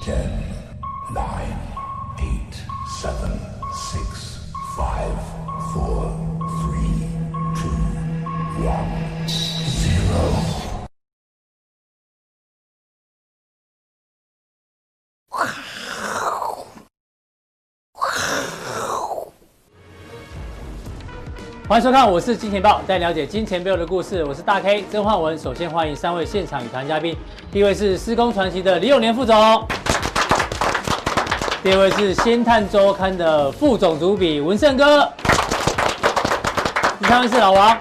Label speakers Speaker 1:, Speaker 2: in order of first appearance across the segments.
Speaker 1: Ten, nine, eight, seven, six, five, four, three, two, one, zero.
Speaker 2: 欢迎收看，我是金钱豹，带你了解金钱背后的故事。我是大 K 曾焕文。首先欢迎三位现场与谈嘉宾，第一位是施工传奇的李永年副总，第二位是《先探周刊》的副总主笔文胜哥，第三位是老王。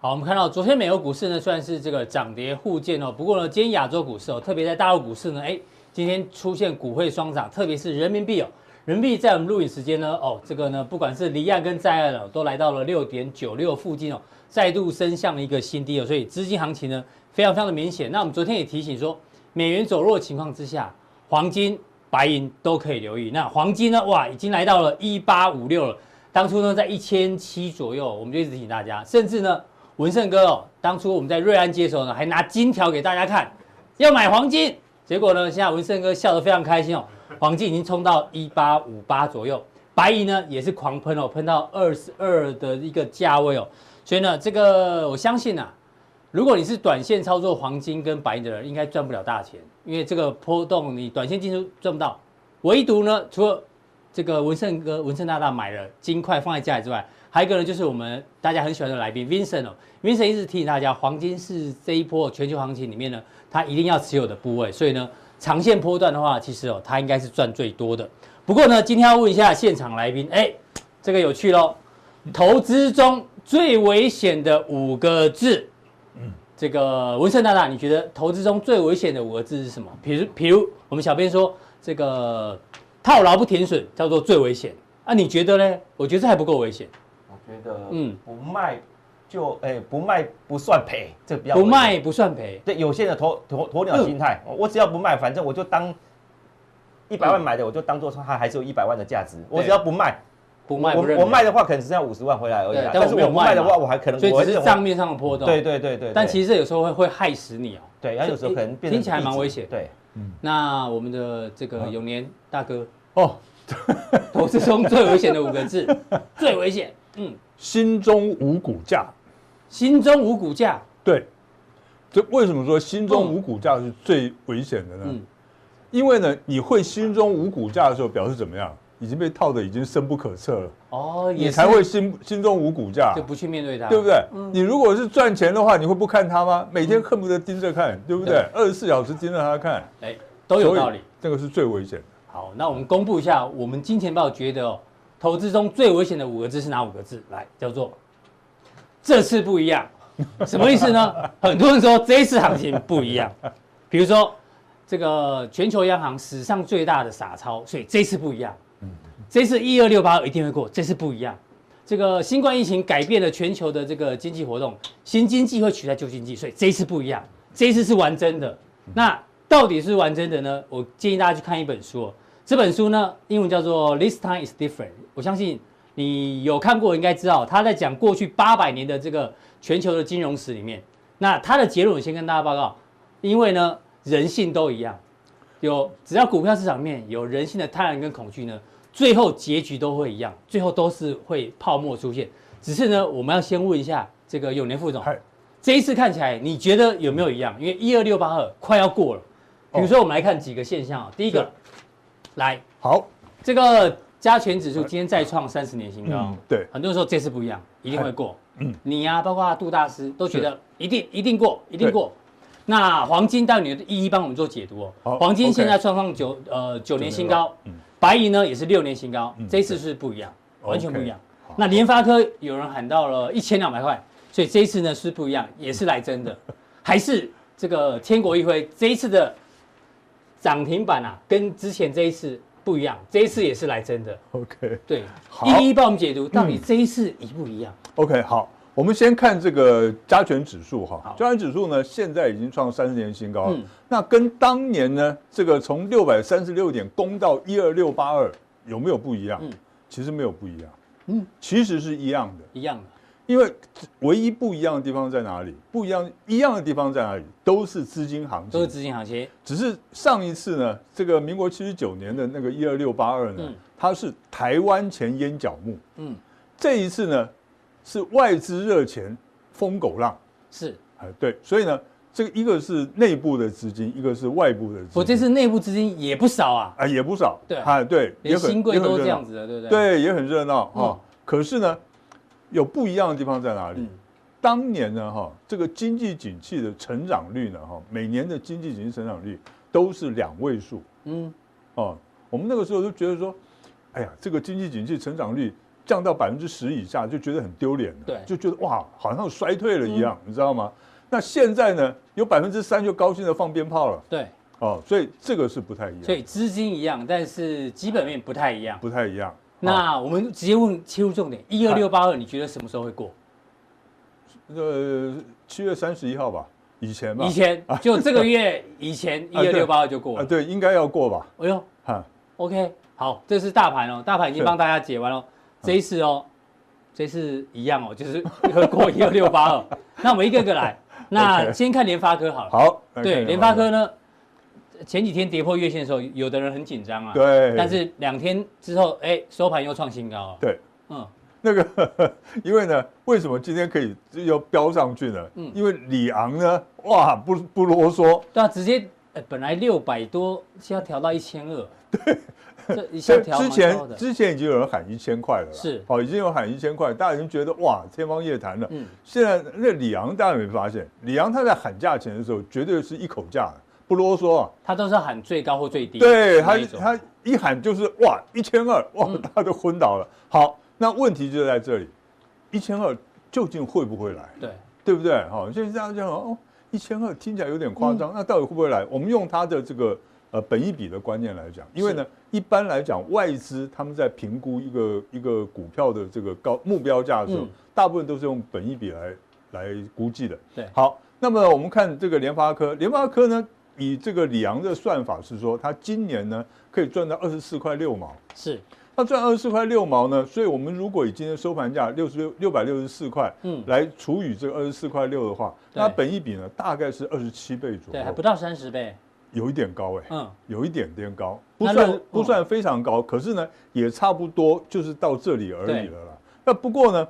Speaker 2: 好，我们看到昨天美国股市呢，虽然是这个涨跌互见哦，不过呢，今天亚洲股市哦，特别在大陆股市呢，哎，今天出现股汇双涨，特别是人民币哦，人民币在我们录影时间呢，哦，这个呢，不管是离岸跟在岸哦，都来到了六点九六附近哦，再度升向了一个新低哦，所以资金行情呢，非常非常的明显。那我们昨天也提醒说，美元走弱的情况之下，黄金、白银都可以留意。那黄金呢，哇，已经来到了一八五六了。当初呢，在一千七左右，我们就一直提醒大家，甚至呢，文胜哥哦，当初我们在瑞安街的时候呢，还拿金条给大家看，要买黄金。结果呢，现在文胜哥笑得非常开心哦，黄金已经冲到一八五八左右，白银呢也是狂喷哦，喷到二十二的一个价位哦。所以呢，这个我相信啊，如果你是短线操作黄金跟白银的人，应该赚不了大钱，因为这个波动你短线进出赚不到。唯独呢，除了这个文胜哥、文胜大大买了金块放在家里之外，还有一个呢，就是我们大家很喜欢的来宾 Vincent 哦，Vincent 一直提醒大家，黄金是这一波全球行情里面呢，他一定要持有的部位，所以呢，长线波段的话，其实哦，他应该是赚最多的。不过呢，今天要问一下现场来宾，哎，这个有趣喽，投资中最危险的五个字，这个文胜大大，你觉得投资中最危险的五个字是什么？比如，比如我们小编说这个套牢不停损叫做最危险啊，你觉得呢？我觉得这还不够危险，
Speaker 3: 我觉得，
Speaker 2: 嗯
Speaker 3: 嗯，不卖就哎、不卖不算赔，这比较
Speaker 2: 不
Speaker 3: 危险。
Speaker 2: 卖嗯不算赔。
Speaker 3: 对，有些人鸵鸵鸵鸟心态，我只要不卖，反正我就当一百万买的，我就当做它还是有一百万的价值。我只要不卖，
Speaker 2: 不卖
Speaker 3: 我
Speaker 2: 不认赔
Speaker 3: 我卖的话可能只剩下五十万回来而已
Speaker 2: 对
Speaker 3: 啦。
Speaker 2: 但
Speaker 3: 但是
Speaker 2: 我没有
Speaker 3: 我不卖的
Speaker 2: 卖
Speaker 3: 话，
Speaker 2: 嘛
Speaker 3: 我还可能
Speaker 2: 所
Speaker 3: 我
Speaker 2: 以只是
Speaker 3: 我
Speaker 2: 账面上的波动。
Speaker 3: 对对对对。
Speaker 2: 但其
Speaker 3: 实
Speaker 2: 实这有时候会会害死你哦。
Speaker 3: 对，然后有时候可能变成
Speaker 2: 听起来蛮
Speaker 3: 壁纸
Speaker 2: 危险
Speaker 3: 对，
Speaker 2: 那我们的这个永年大哥，
Speaker 4: 哦，
Speaker 2: 投资中最危险的五个字， 最危险，嗯，
Speaker 4: 心中无骨架，
Speaker 2: 心中无骨架，
Speaker 4: 对。这为什么说心中无骨架是最危险的呢？
Speaker 2: 嗯，
Speaker 4: 因为呢，你会心中无骨架的时候，表示怎么样？已经被套的已经深不可测了，
Speaker 2: 哦，也
Speaker 4: 你
Speaker 2: 是
Speaker 4: 才会心心中无骨架
Speaker 2: 就，不去嗯面对它，
Speaker 4: 对不？对？你如果是赚钱的话，你会不看它吗？每天恨不得盯着看，对不对
Speaker 2: 对？
Speaker 4: 二十四小时盯着它看，
Speaker 2: 哎，都有
Speaker 4: 所以
Speaker 2: 道理。
Speaker 4: 这个是最危险的。
Speaker 2: 好，那我们公布一下，我们金钱豹觉得哦，投资中最危险的五个字是哪五个字？来，叫做这次不一样， 什么意思呢？很多人说这一次行情不一样，比如说这个全球央行史上最大的傻钞，所以这次不一样，
Speaker 4: 嗯
Speaker 2: 这次一二六八一定会过，这次不一样。这个新冠疫情改变了全球的这个经济活动，新经济会取代旧经济，所以这一次不一样，这一次是玩真的。那到底是玩真的呢？我建议大家去看一本书哦、这本书呢，英文叫做《This Time Is Different》。我相信你有看过，应该知道他在讲过去八百年的这个全球的金融史里面。那他的结论，我先跟大家报告，因为呢，人性都一样，有只要股票市场面有人性的贪婪跟恐惧呢，最后结局都会一样，最后都是会泡沫出现。只是呢，我们要先问一下这个永年副总，
Speaker 4: 嗨
Speaker 2: 这一次看起来你觉得有没有一样？因为一二六八二快要过了。比如说，我们来看几个现象啊。第一个
Speaker 4: 是，
Speaker 2: 来
Speaker 4: 好，
Speaker 2: 这个加权指数今天再创三十年新高
Speaker 4: 嗯，，对，哎嗯
Speaker 2: 很多人说这次不一样，一定会过。你呀、包括杜大师都觉得一定一定过，一定过。那黄金，待会你一一帮我们做解读哦。
Speaker 4: 好
Speaker 2: 黄金
Speaker 4: OK
Speaker 2: 现在创上九呃九年
Speaker 4: 九年嗯
Speaker 2: 新高，白银呢也是六年新高，这一次是不一样，
Speaker 4: 对
Speaker 2: 完全不一样
Speaker 4: OK。
Speaker 2: 那联发科有人喊到了一千两百块，所以这一次呢是不一样，也是来真的，还是这个天国一辉这一次的涨停板啊，跟之前这一次不一样，这一次也是来真的。
Speaker 4: ，OK。
Speaker 2: 对，
Speaker 4: 好嗯
Speaker 2: 一一帮我们解读，到底这一次一不一样？
Speaker 4: OK，好，我们先看这个加权指数
Speaker 2: 好
Speaker 4: 哈。加权指数呢，现在已经创三十年新高了。
Speaker 2: 嗯
Speaker 4: 那跟当年呢，这个从六百三十六点攻到一二六八二，有没有不一样？
Speaker 2: 嗯
Speaker 4: 其实没有不一样，
Speaker 2: 嗯
Speaker 4: 嗯，其实是一样的。
Speaker 2: 一样的，
Speaker 4: 因为唯一不一样的地方在哪里？不一样一样的地方在哪里？都是资金行
Speaker 2: 都是
Speaker 4: 情，
Speaker 2: 资金行情，
Speaker 4: 只是上一次呢，这个民国七十九年的那个一二六八二呢，
Speaker 2: 嗯
Speaker 4: 它是台湾钱淹脚目，
Speaker 2: 嗯，
Speaker 4: 这一次呢是外资热钱疯狗浪，
Speaker 2: 是。
Speaker 4: 啊，对，所以呢，这个一个是内部的资金，一个是外部的资金，
Speaker 2: 我这次内部资金也不少啊，
Speaker 4: 啊也不少，
Speaker 2: 对
Speaker 4: 啊对，也
Speaker 2: 连
Speaker 4: 很
Speaker 2: 新贵
Speaker 4: 也很
Speaker 2: 都
Speaker 4: 热
Speaker 2: 这
Speaker 4: 闹
Speaker 2: 样子嗯的，对不对？，
Speaker 4: 对，也很热闹哈。可是呢，有不一样的地方在哪里？
Speaker 2: 嗯
Speaker 4: 当年呢，哈，这个经济景气的成长率呢，哈，每年的经济景气成长率都是两位数
Speaker 2: 嗯，
Speaker 4: 哦。我们那个时候都觉得说，哎呀，这个经济景气成长率降到百分之十以下，就觉得很丢脸了，
Speaker 2: 对嗯
Speaker 4: 就觉得哇，好像衰退了一样，你知道吗？那现在呢，有百分之三就高兴的放鞭炮了
Speaker 2: 对，
Speaker 4: 哦，所以这个是不太一样，
Speaker 2: 所以资金一样，但是基本面不太一样。
Speaker 4: 不太一样。哦
Speaker 2: 那我们直接问切入重点，一二六八二，你觉得什么时候会过？
Speaker 4: 呃，七月三十一号吧，以前吧，
Speaker 2: 以前就这个月以前，一
Speaker 4: 啊
Speaker 2: 二
Speaker 4: 对
Speaker 2: 六八二就过
Speaker 4: 啊，
Speaker 2: 了。
Speaker 4: 对，应该要过吧，
Speaker 2: 哎呦
Speaker 4: 哈，
Speaker 2: ，OK，好，这是大盘哦，大盘已经
Speaker 4: 是嗯
Speaker 2: 帮大家解完了。这一次哦，这一次一样哦，就是会过一二六八 二。那我们一个一个来，那
Speaker 4: OK
Speaker 2: 先看联发科好了。
Speaker 4: 好，来
Speaker 2: 对，
Speaker 4: 看
Speaker 2: 联发科呢，前几天跌破月线的时候，有的人很紧张啊。
Speaker 4: 对
Speaker 2: 但是两天之后，哎，收盘又创新高了。
Speaker 4: 对
Speaker 2: 嗯，
Speaker 4: 那个，因为呢，为什么今天可以要飙上去呢？
Speaker 2: 嗯
Speaker 4: 因为里昂呢，哇，不不啰嗦，
Speaker 2: 对啊，直接，呃本来六百多，现在调到一千二。对，这一下
Speaker 4: 这
Speaker 2: 调
Speaker 4: 之
Speaker 2: 蛮高
Speaker 4: 前
Speaker 2: 的。
Speaker 4: 之前已经有人喊一千块了啦，
Speaker 2: 是
Speaker 4: 哦，已经有喊一千块，大家已经觉得哇，天方夜谭了。
Speaker 2: 嗯
Speaker 4: 现在那里昂大家有没有发现，里昂他在喊价钱的时候，绝对是一口价，不啰嗦啊。
Speaker 2: 他都是喊最高或最低。
Speaker 4: 对他
Speaker 2: 那一种
Speaker 4: 他一喊就是哇一千二哇，
Speaker 2: 嗯
Speaker 4: 大家都昏倒了。好，那问题就在这里，一千二究竟会不会来，
Speaker 2: 对
Speaker 4: 对不对？好，现在这样讲哦，一千二听起来有点夸
Speaker 2: 嗯
Speaker 4: 张，那到底会不会来？我们用它的这个呃本一比的观念来讲，因为呢，一般来讲外资他们在评估一个一个股票的这个高目标价的时候，
Speaker 2: 嗯
Speaker 4: 大部分都是用本一比来来估计的。
Speaker 2: 对，
Speaker 4: 好，那么我们看这个联发科，联发科呢，以这个里昂的算法是说，它今年呢可以赚到二十四块六毛。
Speaker 2: 是，
Speaker 4: 它赚二十四块六毛呢，所以我们如果以今天收盘价六十六六百六十四块
Speaker 2: 嗯，
Speaker 4: 来除以这个二十四块六的话，
Speaker 2: 对
Speaker 4: 那它本一比呢大概是二十七倍左
Speaker 2: 对，还
Speaker 4: 右
Speaker 2: 不，到三十倍。
Speaker 4: 有一点高哎、
Speaker 2: 嗯，
Speaker 4: 有一点点高，不
Speaker 2: 那嗯如
Speaker 4: 算
Speaker 2: 果
Speaker 4: 不算非常高，可是呢也差不多就是到这里而
Speaker 2: 对
Speaker 4: 已了啦。那不过呢，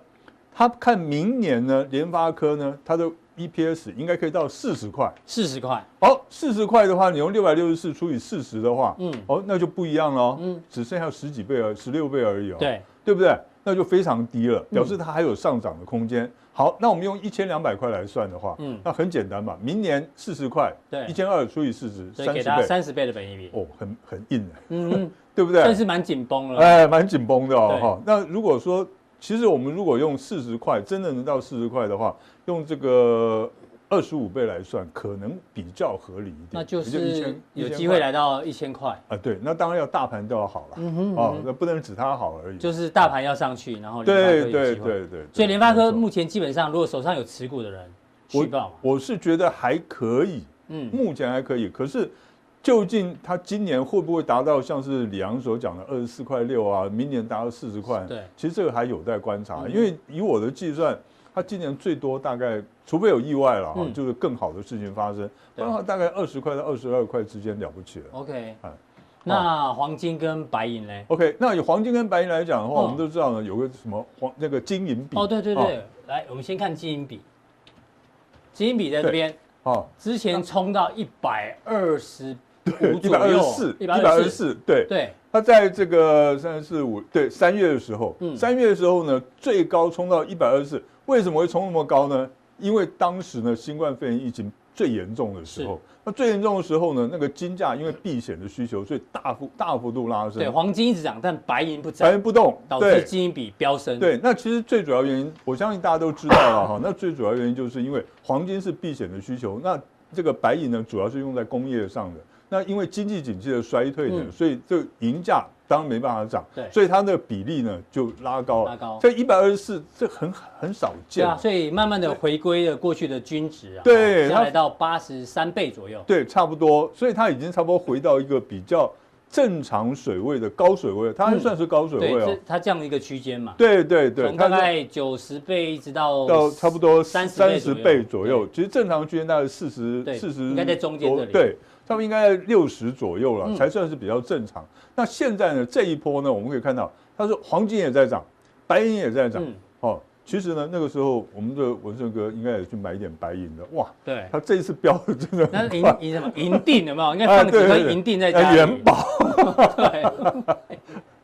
Speaker 4: 他看明年呢，联发科呢，它的 EPS 应该可以到四十块。
Speaker 2: 四十块。
Speaker 4: 好，四十块的话，你用六百六十四除以四十的话，
Speaker 2: 嗯
Speaker 4: 嗯，哦，那就不一样了哦，
Speaker 2: 嗯
Speaker 4: 嗯，只剩下十几倍而十六倍而已哦，，
Speaker 2: 对，
Speaker 4: 对不对？那就非常低
Speaker 2: 嗯
Speaker 4: 了，表示它还有上涨的空间。好，那我们用一千两百块来算的话，
Speaker 2: 嗯
Speaker 4: 嗯，那很简单嘛，明年四十块，
Speaker 2: 对
Speaker 4: 一千二除以四十，
Speaker 2: 所以
Speaker 4: 三
Speaker 2: 给
Speaker 4: 十
Speaker 2: 他
Speaker 4: 倍，
Speaker 2: 三十倍的本益比。
Speaker 4: 哦，很很硬的，
Speaker 2: 嗯嗯，
Speaker 4: 对不对？
Speaker 2: 算是蛮紧绷了。
Speaker 4: 哎，蛮紧绷的哦
Speaker 2: 对
Speaker 4: 哈、那如果说，其实我们如果用四十块，真的能到四十块的话，用这个二十五倍来算，可能比较合理一点。
Speaker 2: 那就
Speaker 4: 也
Speaker 2: 是
Speaker 4: 1000
Speaker 2: 有
Speaker 4: 1000
Speaker 2: 机会
Speaker 4: 块
Speaker 2: 来到一千块，
Speaker 4: 啊。对，那当然要大盘都要好了、
Speaker 2: 嗯哼
Speaker 4: 哦，那不能只它好而已。
Speaker 2: 就是大盘要上去，然后联发科有机
Speaker 4: 对对
Speaker 2: 会。
Speaker 4: 对对，
Speaker 2: 所以联发科
Speaker 4: 没错
Speaker 2: 目前基本上，如果手上有持股的人，
Speaker 4: 我
Speaker 2: 续报嘛，
Speaker 4: 我是觉得还可以，
Speaker 2: 嗯，
Speaker 4: 目前还可以，可是。究竟它今年会不会达到像是李昂所讲的二十四块六啊？明年达到四十块？
Speaker 2: 对，
Speaker 4: 其实这个还有待观察，
Speaker 2: 嗯
Speaker 4: 因为以我的计算，它今年最多大概，除非有意外了哈
Speaker 2: 嗯，
Speaker 4: 就是更好的事情发生，不
Speaker 2: 对
Speaker 4: 然的话大概二十块到二十二块之间了不起了。
Speaker 2: ，OK
Speaker 4: 哎。
Speaker 2: 那黄金跟白银嘞？
Speaker 4: OK，那以黄金跟白银来讲的话，
Speaker 2: 哦
Speaker 4: 我们都知道呢，有个什么黄那个金银比
Speaker 2: 哦，对对
Speaker 4: 啊
Speaker 2: 对，来，我们先看金银比，金银比在这
Speaker 4: 对
Speaker 2: 边，
Speaker 4: 啊，
Speaker 2: 之前冲到一百二十五
Speaker 4: 对，一百二十四，
Speaker 2: 一
Speaker 4: 一
Speaker 2: 百
Speaker 4: 百
Speaker 2: 二
Speaker 4: 二
Speaker 2: 十
Speaker 4: 十
Speaker 2: 四，
Speaker 4: 四，对，
Speaker 2: 对，
Speaker 4: 它在这个三四五对三月的时候
Speaker 2: 嗯，
Speaker 4: 三、月的时候呢，最高冲到一百二十四，为什么会冲那么高呢？因为当时呢，新冠肺炎疫情最严重的时候，那最严重的时候呢，那个金价因为避险的需求，所以大幅大幅度拉
Speaker 2: 对，
Speaker 4: 升，
Speaker 2: 黄金一直涨，但白银不
Speaker 4: 白
Speaker 2: 涨，
Speaker 4: 银不动，
Speaker 2: 导致
Speaker 4: 对
Speaker 2: 金银比飙升。，
Speaker 4: 对。那其实最主要原因，我相信大家都知道 了哈。那最主要原因就是因为黄金是避险的需求，那这个白银呢，主要是用在工业上的。那因为经济景气的衰退呢，
Speaker 2: 嗯
Speaker 4: 所以这个银价当然没办法涨，
Speaker 2: 对
Speaker 4: 所以它的比例呢就拉高了。
Speaker 2: 拉高
Speaker 4: 所以一百二十四这很很少
Speaker 2: 对
Speaker 4: 见
Speaker 2: 啊，所以慢慢的回归了过去的均值啊，
Speaker 4: 对
Speaker 2: 现在
Speaker 4: 它
Speaker 2: 来到八十三倍左右。
Speaker 4: 对，差不多，所以它已经差不多回到一个比较正常水位的高水位，它还算是高水
Speaker 2: 嗯对，
Speaker 4: 位哦
Speaker 2: 这。它这样的一个区间嘛，
Speaker 4: 对对对，
Speaker 2: 从大
Speaker 4: 它是
Speaker 2: 概九十倍一直到
Speaker 4: 到差不多
Speaker 2: 30
Speaker 4: 三十
Speaker 2: 倍
Speaker 4: 倍
Speaker 2: 左
Speaker 4: 左
Speaker 2: 右
Speaker 4: 右。其实正常区间大概四十
Speaker 2: 对
Speaker 4: 四十，
Speaker 2: 应该在中间这里
Speaker 4: 对，他们应该在六十左右了
Speaker 2: 嗯
Speaker 4: 才算是比较正常。那现在呢，这一波呢，我们可以看到，它是黄金也在涨，白银也在涨
Speaker 2: 嗯。
Speaker 4: 哦，其实呢，那个时候我们的文胜哥应该也去买一点白银的，哇，
Speaker 2: 对，
Speaker 4: 他这一次飙的真的
Speaker 2: 那
Speaker 4: 很
Speaker 2: 银
Speaker 4: 快。
Speaker 2: 银什么银锭有没有？应该
Speaker 4: 哎
Speaker 2: 放几
Speaker 4: 对对
Speaker 2: 颗
Speaker 4: 对
Speaker 2: 银锭在
Speaker 4: 呃
Speaker 2: 家里。
Speaker 4: 元宝， 嗯
Speaker 2: 对，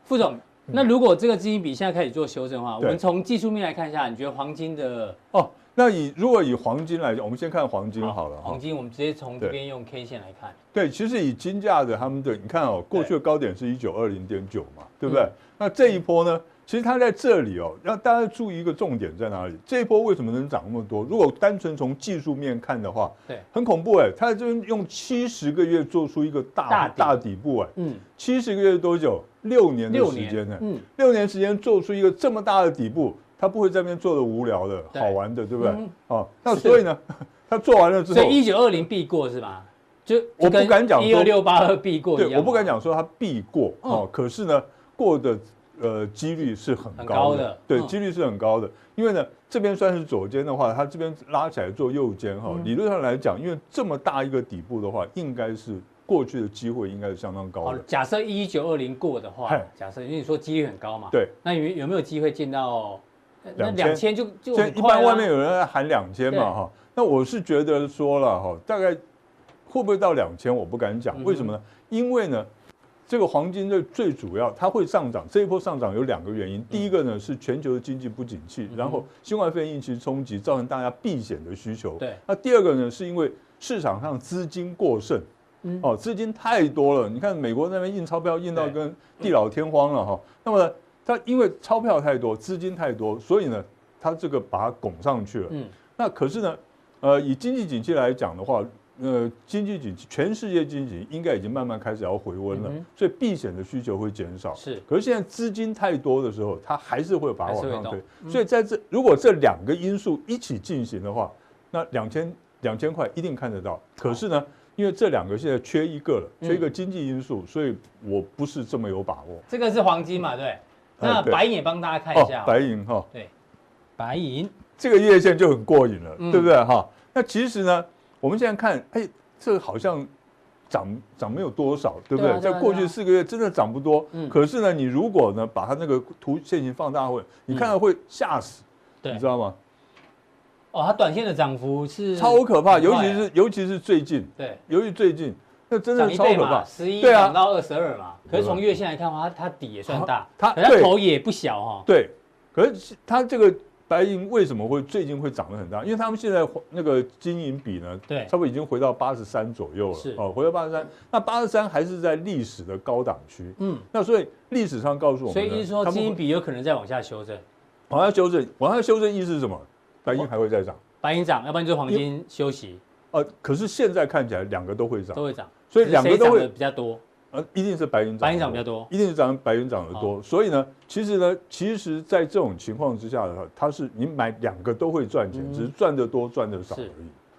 Speaker 2: 副总，那如果这个基金比现在开始做修正的话，我
Speaker 4: 对
Speaker 2: 们从技术面来看一下，你觉得黄金的
Speaker 4: 哦，那以如果以黄金来讲，我们先看黄金好了。
Speaker 2: 黄
Speaker 4: 哈。
Speaker 2: 金我们直接从这
Speaker 4: 对
Speaker 2: 边用 K 线来看，
Speaker 4: 对，其实以金价的他们的，你看哦，过去
Speaker 2: 对
Speaker 4: 的高点是一九二零点九嘛，对不对
Speaker 2: 嗯？
Speaker 4: 那这一波呢，其实它在这里哦，让大家注意一个重点在哪里？这一波为什么能涨那么多？如果单纯从技术面看的话，
Speaker 2: 对，
Speaker 4: 很恐怖哎，它这边用七十个月做出一个
Speaker 2: 大
Speaker 4: 大
Speaker 2: 底
Speaker 4: 大底部哎，
Speaker 2: 嗯，
Speaker 4: 七十个月多久？六年的
Speaker 2: 六
Speaker 4: 时间呢
Speaker 2: 年，？嗯，
Speaker 4: 六年时间做出一个这么大的底部，他不会在那边做的无聊的、
Speaker 2: 对
Speaker 4: 好玩的，对不对
Speaker 2: 嗯？
Speaker 4: 哦，那
Speaker 2: 是
Speaker 4: 所以呢， 他做完了之
Speaker 2: 所
Speaker 4: 后，
Speaker 2: 以一九二零避过是吧？就
Speaker 4: 我不敢讲说
Speaker 2: 一二六八二避过一样
Speaker 4: 对，
Speaker 2: 嘛，
Speaker 4: 我不敢讲说它必过哦
Speaker 2: 嗯，
Speaker 4: 可是呢，过的呃几率是很
Speaker 2: 很
Speaker 4: 高
Speaker 2: 高
Speaker 4: 的
Speaker 2: 的，
Speaker 4: 对，
Speaker 2: 嗯
Speaker 4: 几率是很高的。因为呢，这边算是左肩的话，它这边拉起来做右肩哈，
Speaker 2: 嗯
Speaker 4: 理论上来讲，因为这么大一个底部的话，应该是过去的机会应该是相当高
Speaker 2: 好
Speaker 4: 的，。
Speaker 2: 哦假设一九二零过的话
Speaker 4: 嗨，
Speaker 2: 假设因为你说几率很高嘛，
Speaker 4: 对，
Speaker 2: 那有有没有机会见到？呃那
Speaker 4: 2000
Speaker 2: 两千就就
Speaker 4: 现在
Speaker 2: 很
Speaker 4: 一
Speaker 2: 快啊
Speaker 4: 般
Speaker 2: 啦
Speaker 4: 外面有人在喊两千
Speaker 2: 对
Speaker 4: 嘛哈，那我是觉得说了哈，大概会不会到两千，我不敢
Speaker 2: 嗯
Speaker 4: 讲，
Speaker 2: 哼
Speaker 4: 为什么呢？因为呢，这个黄金的最主要它会上涨，这一波上涨有两个原因，
Speaker 2: 嗯
Speaker 4: 第一个呢是全球的经济不景气，然后新冠肺炎疫情冲击造成大家避险的需求，
Speaker 2: 对
Speaker 4: 那第二个呢是因为市场上资金过剩
Speaker 2: 嗯。
Speaker 4: 哦，资金太多了，你看美国那边印钞票印到
Speaker 2: 对
Speaker 4: 跟地老天荒了哈。那么它因为钞票太多，资金太多，所以呢，它这个把它拱上去了。
Speaker 2: 嗯，
Speaker 4: 那可是呢，呃，以经济景气来讲的话，呃，经济景气全世界经济应该已经慢慢开始要回温了，
Speaker 2: 嗯哼
Speaker 4: 所以避险的需求会减少。
Speaker 2: 是
Speaker 4: 可是现在资金太多的时候，它还是会把它往上
Speaker 2: 还是
Speaker 4: 推
Speaker 2: 会。嗯
Speaker 4: 所以在这如果这两个因素一起进行的话，那两千两千块一定看得到。可是呢，因为这两个现在缺一个了，
Speaker 2: 嗯
Speaker 4: 缺一个经济因素，所以我不是这么有把握。
Speaker 2: 这个是黄金嘛，对。
Speaker 4: 哎
Speaker 2: 那
Speaker 4: 对
Speaker 2: 白银也帮大家看一下，啊
Speaker 4: 哦白银哈、
Speaker 2: 对，白银，
Speaker 4: 这个月线就很过瘾了，
Speaker 2: 嗯
Speaker 4: 对不对哈？那其实呢，我们现在看，哎，这个好像涨涨没有多少，对不
Speaker 2: 对
Speaker 4: 对？
Speaker 2: 啊对啊
Speaker 4: 在过
Speaker 2: 对
Speaker 4: 去
Speaker 2: 啊
Speaker 4: 四个月真的涨不多，
Speaker 2: 嗯
Speaker 4: 可是呢，你如果呢把它那个图线型放大会，你看到会吓死，
Speaker 2: 嗯对
Speaker 4: 你知，道吗？
Speaker 2: 哦，它短线的涨幅是
Speaker 4: 超可怕，
Speaker 2: 很
Speaker 4: 尤
Speaker 2: 快
Speaker 4: 其
Speaker 2: 啊
Speaker 4: 是尤其是最近，
Speaker 2: 对，
Speaker 4: 尤其最近，那真的
Speaker 2: 涨
Speaker 4: 是
Speaker 2: 一
Speaker 4: 超
Speaker 2: 倍
Speaker 4: 可
Speaker 2: 嘛，
Speaker 4: 怕。
Speaker 2: 十一
Speaker 4: 对啊
Speaker 2: 涨到二十二嘛。可是从月线来看的话，它它底也算大，
Speaker 4: 它
Speaker 2: 可是它
Speaker 4: 对
Speaker 2: 头也不小哈。
Speaker 4: 对，可是它这个白银为什么会最近会涨得很大？因为他们现在那个金银比呢，
Speaker 2: 对
Speaker 4: 差不多已经回到八十三左右了
Speaker 2: 是，
Speaker 4: 哦，回到八十三，那八十三还是在历史的高档区。
Speaker 2: 嗯，
Speaker 4: 那所以历史上告诉我
Speaker 2: 所
Speaker 4: 们
Speaker 2: 以
Speaker 4: 呢，
Speaker 2: 意思说
Speaker 4: 他
Speaker 2: 基
Speaker 4: 们
Speaker 2: 金
Speaker 4: 会
Speaker 2: 比有可能再往下修正，
Speaker 4: 往下修正，往下修正意思是什么？白银还会再涨。
Speaker 2: 白银涨，要不然就是黄金休息
Speaker 4: 呃，可是现在看起来两个都会涨
Speaker 2: 都，会涨，
Speaker 4: 所啊以两
Speaker 2: 只
Speaker 4: 个
Speaker 2: 是谁
Speaker 4: 都
Speaker 2: 涨得
Speaker 4: 会，
Speaker 2: 比较多，
Speaker 4: 呃，一定是白银涨，
Speaker 2: 白银涨比较多。
Speaker 4: 一定是涨白云涨得
Speaker 2: 哦
Speaker 4: 多，所以呢，其实呢，其实，在这种情况之下的话，它是你买两个都会赚钱，
Speaker 2: 嗯
Speaker 4: 只是赚得多赚得少
Speaker 2: 是
Speaker 4: 而已。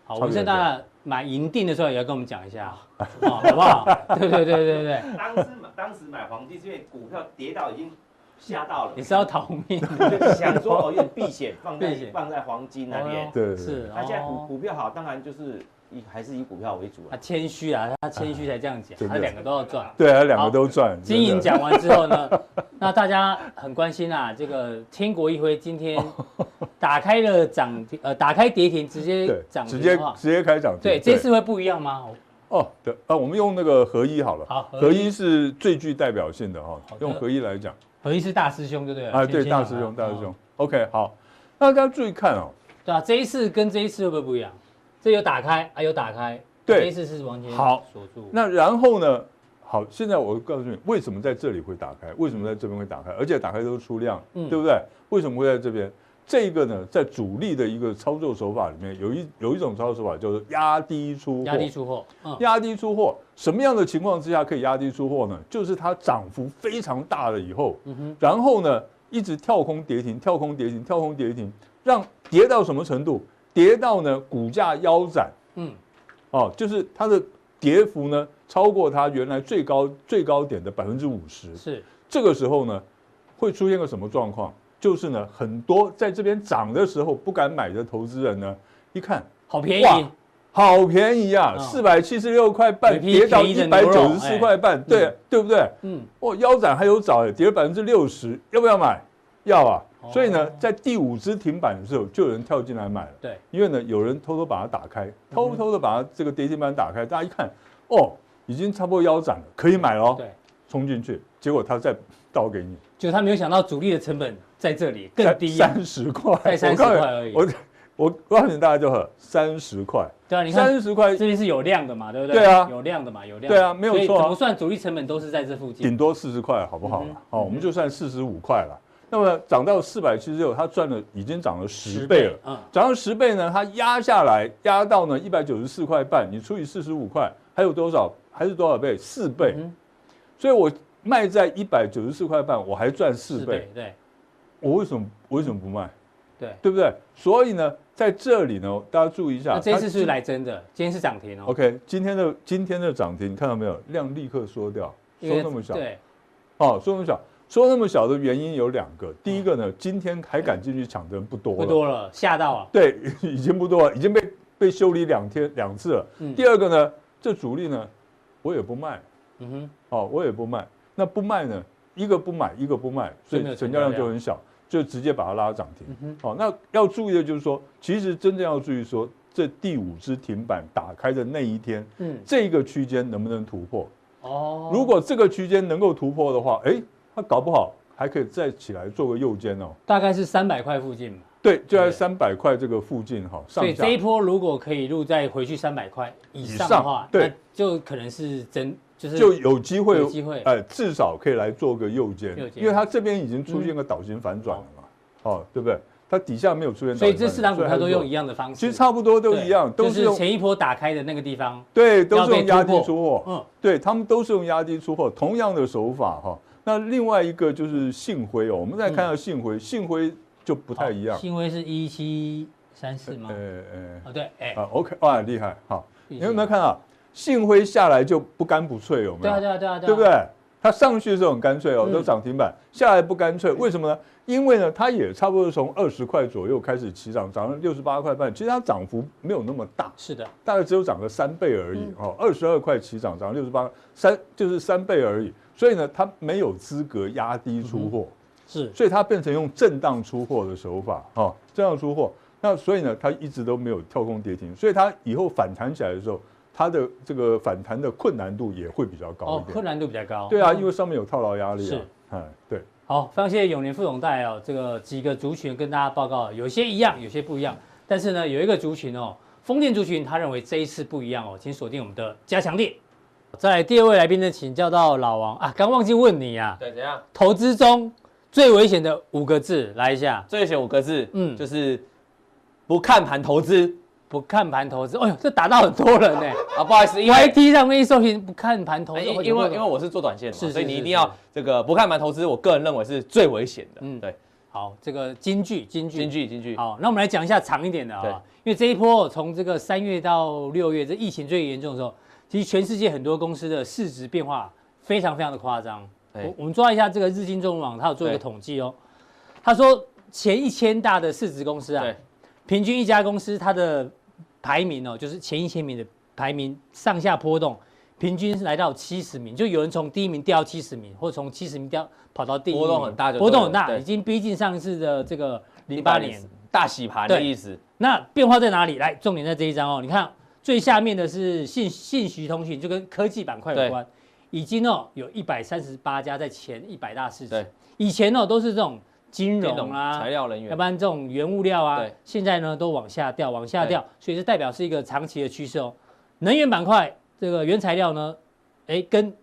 Speaker 2: 好，
Speaker 4: 差别
Speaker 2: 文胜大大买银锭的时候也要跟我们讲一下， 哦好不好？对对对对对，
Speaker 3: 当时买当时买黄金是因为股票跌到已经吓到了，
Speaker 2: 也是 要逃命。
Speaker 3: 就想说哦，有点避险，放在
Speaker 2: 避险
Speaker 3: 放在黄金那边。
Speaker 4: 对对
Speaker 2: 哦是。
Speaker 3: 那现在股
Speaker 2: 哦
Speaker 3: 股票好，当然就是以还是以股票为主
Speaker 2: 他
Speaker 3: 了。
Speaker 2: 谦虚啊，他谦虚才这样讲，
Speaker 4: 真的
Speaker 2: 他两个都要赚。
Speaker 4: 对啊，两个都赚。
Speaker 2: 经营
Speaker 4: 真的
Speaker 2: 讲完之后 呢，那大家很关心啊，这个天国一辉今天打开了涨停，呃，打开跌停直接
Speaker 4: 哦对，
Speaker 2: 涨
Speaker 4: 直
Speaker 2: 停
Speaker 4: 接
Speaker 2: 的话，
Speaker 4: 直接开涨停。
Speaker 2: 对，这次会不一样吗？
Speaker 4: 哦，对啊，我们用那个合一好了。
Speaker 2: 好合一
Speaker 4: 合一是最具代表性的哈
Speaker 2: 好，的
Speaker 4: 用合一来讲
Speaker 2: 何一是大师兄，对不对了？
Speaker 4: 啊，
Speaker 2: 先
Speaker 4: 对，
Speaker 2: 先
Speaker 4: 大
Speaker 2: 讲
Speaker 4: 师
Speaker 2: 啊
Speaker 4: 兄，大师，
Speaker 2: 哦
Speaker 4: 兄。OK，好，那大家注意看哦，
Speaker 2: 对啊，这一次跟这一次会不会不一样？这有打开啊，有打开，
Speaker 4: 对
Speaker 2: 这一次是完全
Speaker 4: 好
Speaker 2: 锁住，
Speaker 4: 那然后呢？好，现在我告诉你，为什么在这里会打开，为什么在这边会打开，而且打开都是出量，
Speaker 2: 嗯
Speaker 4: 对不对？为什么会在这边？这个呢，在主力的一个操作手法里面，有一有一种操作手法叫做压低出货。
Speaker 2: 压低出货，嗯，
Speaker 4: 压低出货，什么样的情况之下可以压低出货呢？就是它涨幅非常大了以后，
Speaker 2: 嗯哼，
Speaker 4: 然后呢一直跳空跌停，跳空跌停，跳空跌停，让跌到什么程度？跌到呢股价腰斩
Speaker 2: 嗯，
Speaker 4: 哦，就是它的跌幅呢超过它原来最高最高点的百分之五十。
Speaker 2: 是
Speaker 4: 这个时候呢，会出现个什么状况？就是呢，很多在这边涨的时候不敢买的投资人呢，一看
Speaker 2: 好便宜
Speaker 4: 哇，好便宜啊，
Speaker 2: 嗯
Speaker 4: 四百七十六块
Speaker 2: 有
Speaker 4: 半
Speaker 2: 一批
Speaker 4: 跌到
Speaker 2: 便宜
Speaker 4: 一
Speaker 2: 的
Speaker 4: 百
Speaker 2: 牛肉哎
Speaker 4: 九十四块半，对对不对？
Speaker 2: 嗯，
Speaker 4: 哦，腰斩还有找哎，跌了百分之六十，要不要买？要啊。
Speaker 2: 哦
Speaker 4: 所以呢，在第五只停板的时候，就有人跳进来买了。
Speaker 2: 对，
Speaker 4: 因为呢，有人偷偷把它打开，
Speaker 2: 嗯
Speaker 4: 偷偷的把它这个跌停板打开，大家一看，哦，已经差不多腰斩了，可以买了哦，
Speaker 2: 对，
Speaker 4: 冲进去，结果它再倒给你，
Speaker 2: 就他没有想到主力的成本在这里更低啊，
Speaker 4: 三十
Speaker 2: 在
Speaker 4: 块，
Speaker 2: 30
Speaker 4: 我告诉你
Speaker 2: 块而已
Speaker 4: 我我告诉你大家就很三十块，
Speaker 2: 对啊，你看
Speaker 4: 三十块
Speaker 2: 这边是有量的嘛，对不对？
Speaker 4: 对啊
Speaker 2: 有量的嘛，有量的。
Speaker 4: 对啊没有
Speaker 2: 所以
Speaker 4: 错啊
Speaker 2: 怎么算主力成本都是在这附近。
Speaker 4: 顶多四十块，好不
Speaker 2: 嗯
Speaker 4: 好
Speaker 2: 哼
Speaker 4: 啦？好，我们就算四十五块了。那么涨到四百七十六，它赚了已经涨了十倍了。
Speaker 2: 嗯，
Speaker 4: 涨到十倍呢，它压下来，压到呢一百九十四块半，你除以四十五块，还有多少？还是多少倍？四倍。
Speaker 2: 嗯
Speaker 4: 所以我卖在一百九十四块半，我还赚四
Speaker 2: 四
Speaker 4: 倍
Speaker 2: 倍，，对
Speaker 4: 我为什么我为什么不卖？
Speaker 2: 对。
Speaker 4: 对不对？所以呢，在这里呢，大家注意一下。
Speaker 2: 那这一次
Speaker 4: 它
Speaker 2: 是来真的，今天是涨停哦，
Speaker 4: OK，今天的今天的涨停，你看到没有？量立刻缩掉，
Speaker 2: 因为
Speaker 4: 缩那么小。
Speaker 2: 对，
Speaker 4: 哦，缩那么小，缩那么小的原因有两个。第一个呢，今天还敢进去抢的人不多了，
Speaker 2: 嗯不多了，吓到啊，
Speaker 4: 对， 已经不多了，已经被被修理两天两次了。
Speaker 2: 嗯
Speaker 4: 第二个呢，这主力呢，我也不卖，
Speaker 2: 嗯哼，
Speaker 4: 哦，我也不卖。那不卖呢，一个不买，一个不卖，所
Speaker 2: 就没有
Speaker 4: 以
Speaker 2: 成
Speaker 4: 成
Speaker 2: 交
Speaker 4: 交
Speaker 2: 量
Speaker 4: 量就很小，就直接把它拉涨停。
Speaker 2: 嗯
Speaker 4: 好、那要注意的就是说，其实真正要注意说，这第五只停板打开的那一天，
Speaker 2: 哼，嗯，
Speaker 4: 这个区间能不能突破？
Speaker 2: 哦，
Speaker 4: 如果这个区间能够突破的话，哎，它搞不好还可以再起来做个右肩哦。
Speaker 2: 大概是三百块附近嘛，
Speaker 4: 对，就在
Speaker 2: 对
Speaker 4: 三百块这个附近哈、
Speaker 2: 所以
Speaker 4: 上下
Speaker 2: 这一波如果可以入再回去三百块以上的话
Speaker 4: 以
Speaker 2: 那
Speaker 4: 上，对
Speaker 2: 就可能是真，就是
Speaker 4: 就有机会，
Speaker 2: 有机会
Speaker 4: 呃，至少可以来做个右肩
Speaker 2: 右，肩嗯
Speaker 4: 因为它这边已经出现个倒型反转了嘛，哦，对不对？它底下没有出现倒型反
Speaker 2: 所
Speaker 4: 转，
Speaker 2: 以这四档股票都
Speaker 4: 所以它
Speaker 2: 用
Speaker 4: 是
Speaker 2: 一样的方式，
Speaker 4: 其实差不多都
Speaker 2: 对
Speaker 4: 一样，都
Speaker 2: 就是是
Speaker 4: 用
Speaker 2: 前一波打开的那个地方，
Speaker 4: 对，都
Speaker 2: 要
Speaker 4: 是
Speaker 2: 被
Speaker 4: 用压
Speaker 2: 突
Speaker 4: 低
Speaker 2: 破
Speaker 4: 出货，
Speaker 2: 嗯，
Speaker 4: 对他们都是用压低出货，同样的手法哈。那另外一个就是信辉哦，我们再看到信
Speaker 2: 嗯
Speaker 4: 辉，信辉就不太一样，
Speaker 2: 新威是一七三四吗
Speaker 4: 呃？呃
Speaker 2: 哦，对，哎，
Speaker 4: 啊，OK，哇，厉害，好，
Speaker 2: 一
Speaker 4: 你
Speaker 2: 七
Speaker 4: 有没有看啊？信辉下来就不干不脆，有没
Speaker 2: 对
Speaker 4: 有？
Speaker 2: 啊，对啊，对啊，啊
Speaker 4: 对不？对？它上去的时候很干脆哦，
Speaker 2: 嗯
Speaker 4: 都涨停板，下来不干脆，为什么呢？因为呢，它也差不多从二十块左右开始起涨，涨了六十八块半，其实它涨幅没有那么大，
Speaker 2: 是的，
Speaker 4: 大概只有涨了三倍而
Speaker 2: 嗯
Speaker 4: 已哦，二十二块起涨，涨六十八，三就是三倍而已，所以呢，它没有资格压低出货，
Speaker 2: 是
Speaker 4: 所以它变成用震荡出货的手法哦，震荡出货，那所以呢，它一直都没有跳空跌停，所以它以后反弹起来的时候，它的这个反弹的困难度也会比较高
Speaker 2: 哦
Speaker 4: 一，点
Speaker 2: 困。难度比较高。
Speaker 4: 对啊，因为上面有套牢压力啊
Speaker 2: 是。
Speaker 4: 哎，对，
Speaker 2: 好，非常谢谢永年副总带哦，这个几个族群跟大家报告，有些一样，有些不一样。但是呢，有一个族群哦，风电族群，他认为这一次不一样哦，请锁定我们的加强力。再来第二位来宾呢，请教到老王啊，刚忘记问你啊，
Speaker 5: 对，怎样？
Speaker 2: 投资中最危险的五个字，来一下，
Speaker 5: 最写五个字，
Speaker 2: 嗯
Speaker 5: 嗯，就是不看盘投资
Speaker 2: 不看盘投资。哎呦，这打到很多人 呢、
Speaker 5: 啊，不好意思，因为
Speaker 2: YT 上面一搜寻不看盘投资，
Speaker 5: 因
Speaker 2: 会有
Speaker 5: 为因
Speaker 2: 很
Speaker 5: 为
Speaker 2: 多
Speaker 5: 因为我是做短线的
Speaker 2: 是
Speaker 5: 嘛，
Speaker 2: 是
Speaker 5: 所以你
Speaker 2: 是
Speaker 5: 一定
Speaker 2: 是
Speaker 5: 要这个不看盘投资，我个人认为是最危险的。
Speaker 2: 嗯
Speaker 5: 嗯，对，
Speaker 2: 好这个京剧，京剧，
Speaker 5: 京剧京剧，
Speaker 2: 好，那我们来讲一下长一点的
Speaker 5: 对
Speaker 2: 啊，因为这一波从这个三月到六月，这疫情最严重的时候，其实全世界很多公司的市值变化非常非常的夸张。
Speaker 5: 对
Speaker 2: 我我们抓一下这个日经中文网，它有做一个
Speaker 5: 哎对
Speaker 2: 统计哦，他说前一千大的市值公司啊，
Speaker 5: 对，
Speaker 2: 平均一家公司它的排名哦，就是前一千名的排名上下波动，平均是来到七十名，就有人从第一名掉到七十名，或从七十名掉跑到第一名，
Speaker 5: 波动很大就对了
Speaker 2: 波动很大，
Speaker 5: 对
Speaker 2: 已经逼近上一次的这个零八年。
Speaker 5: 大洗盘的
Speaker 2: 对
Speaker 5: 意思，
Speaker 2: 那变化在哪里？来，重点在这一章哦。你看最下面的是信信息通讯，就跟科技板块有关，已经哦有一百三十八家在前一百大市值
Speaker 5: 对，
Speaker 2: 以前哦都是这种金
Speaker 5: 金
Speaker 2: 融
Speaker 5: 融
Speaker 2: 啊、
Speaker 5: 材料人
Speaker 2: 要
Speaker 5: 员
Speaker 2: 不，然这种原物料啊
Speaker 5: 对，
Speaker 2: 现在呢都往下掉，往下掉，所以这代表是一个长期的趋势哦。能源板块这个原材料呢，哎，跟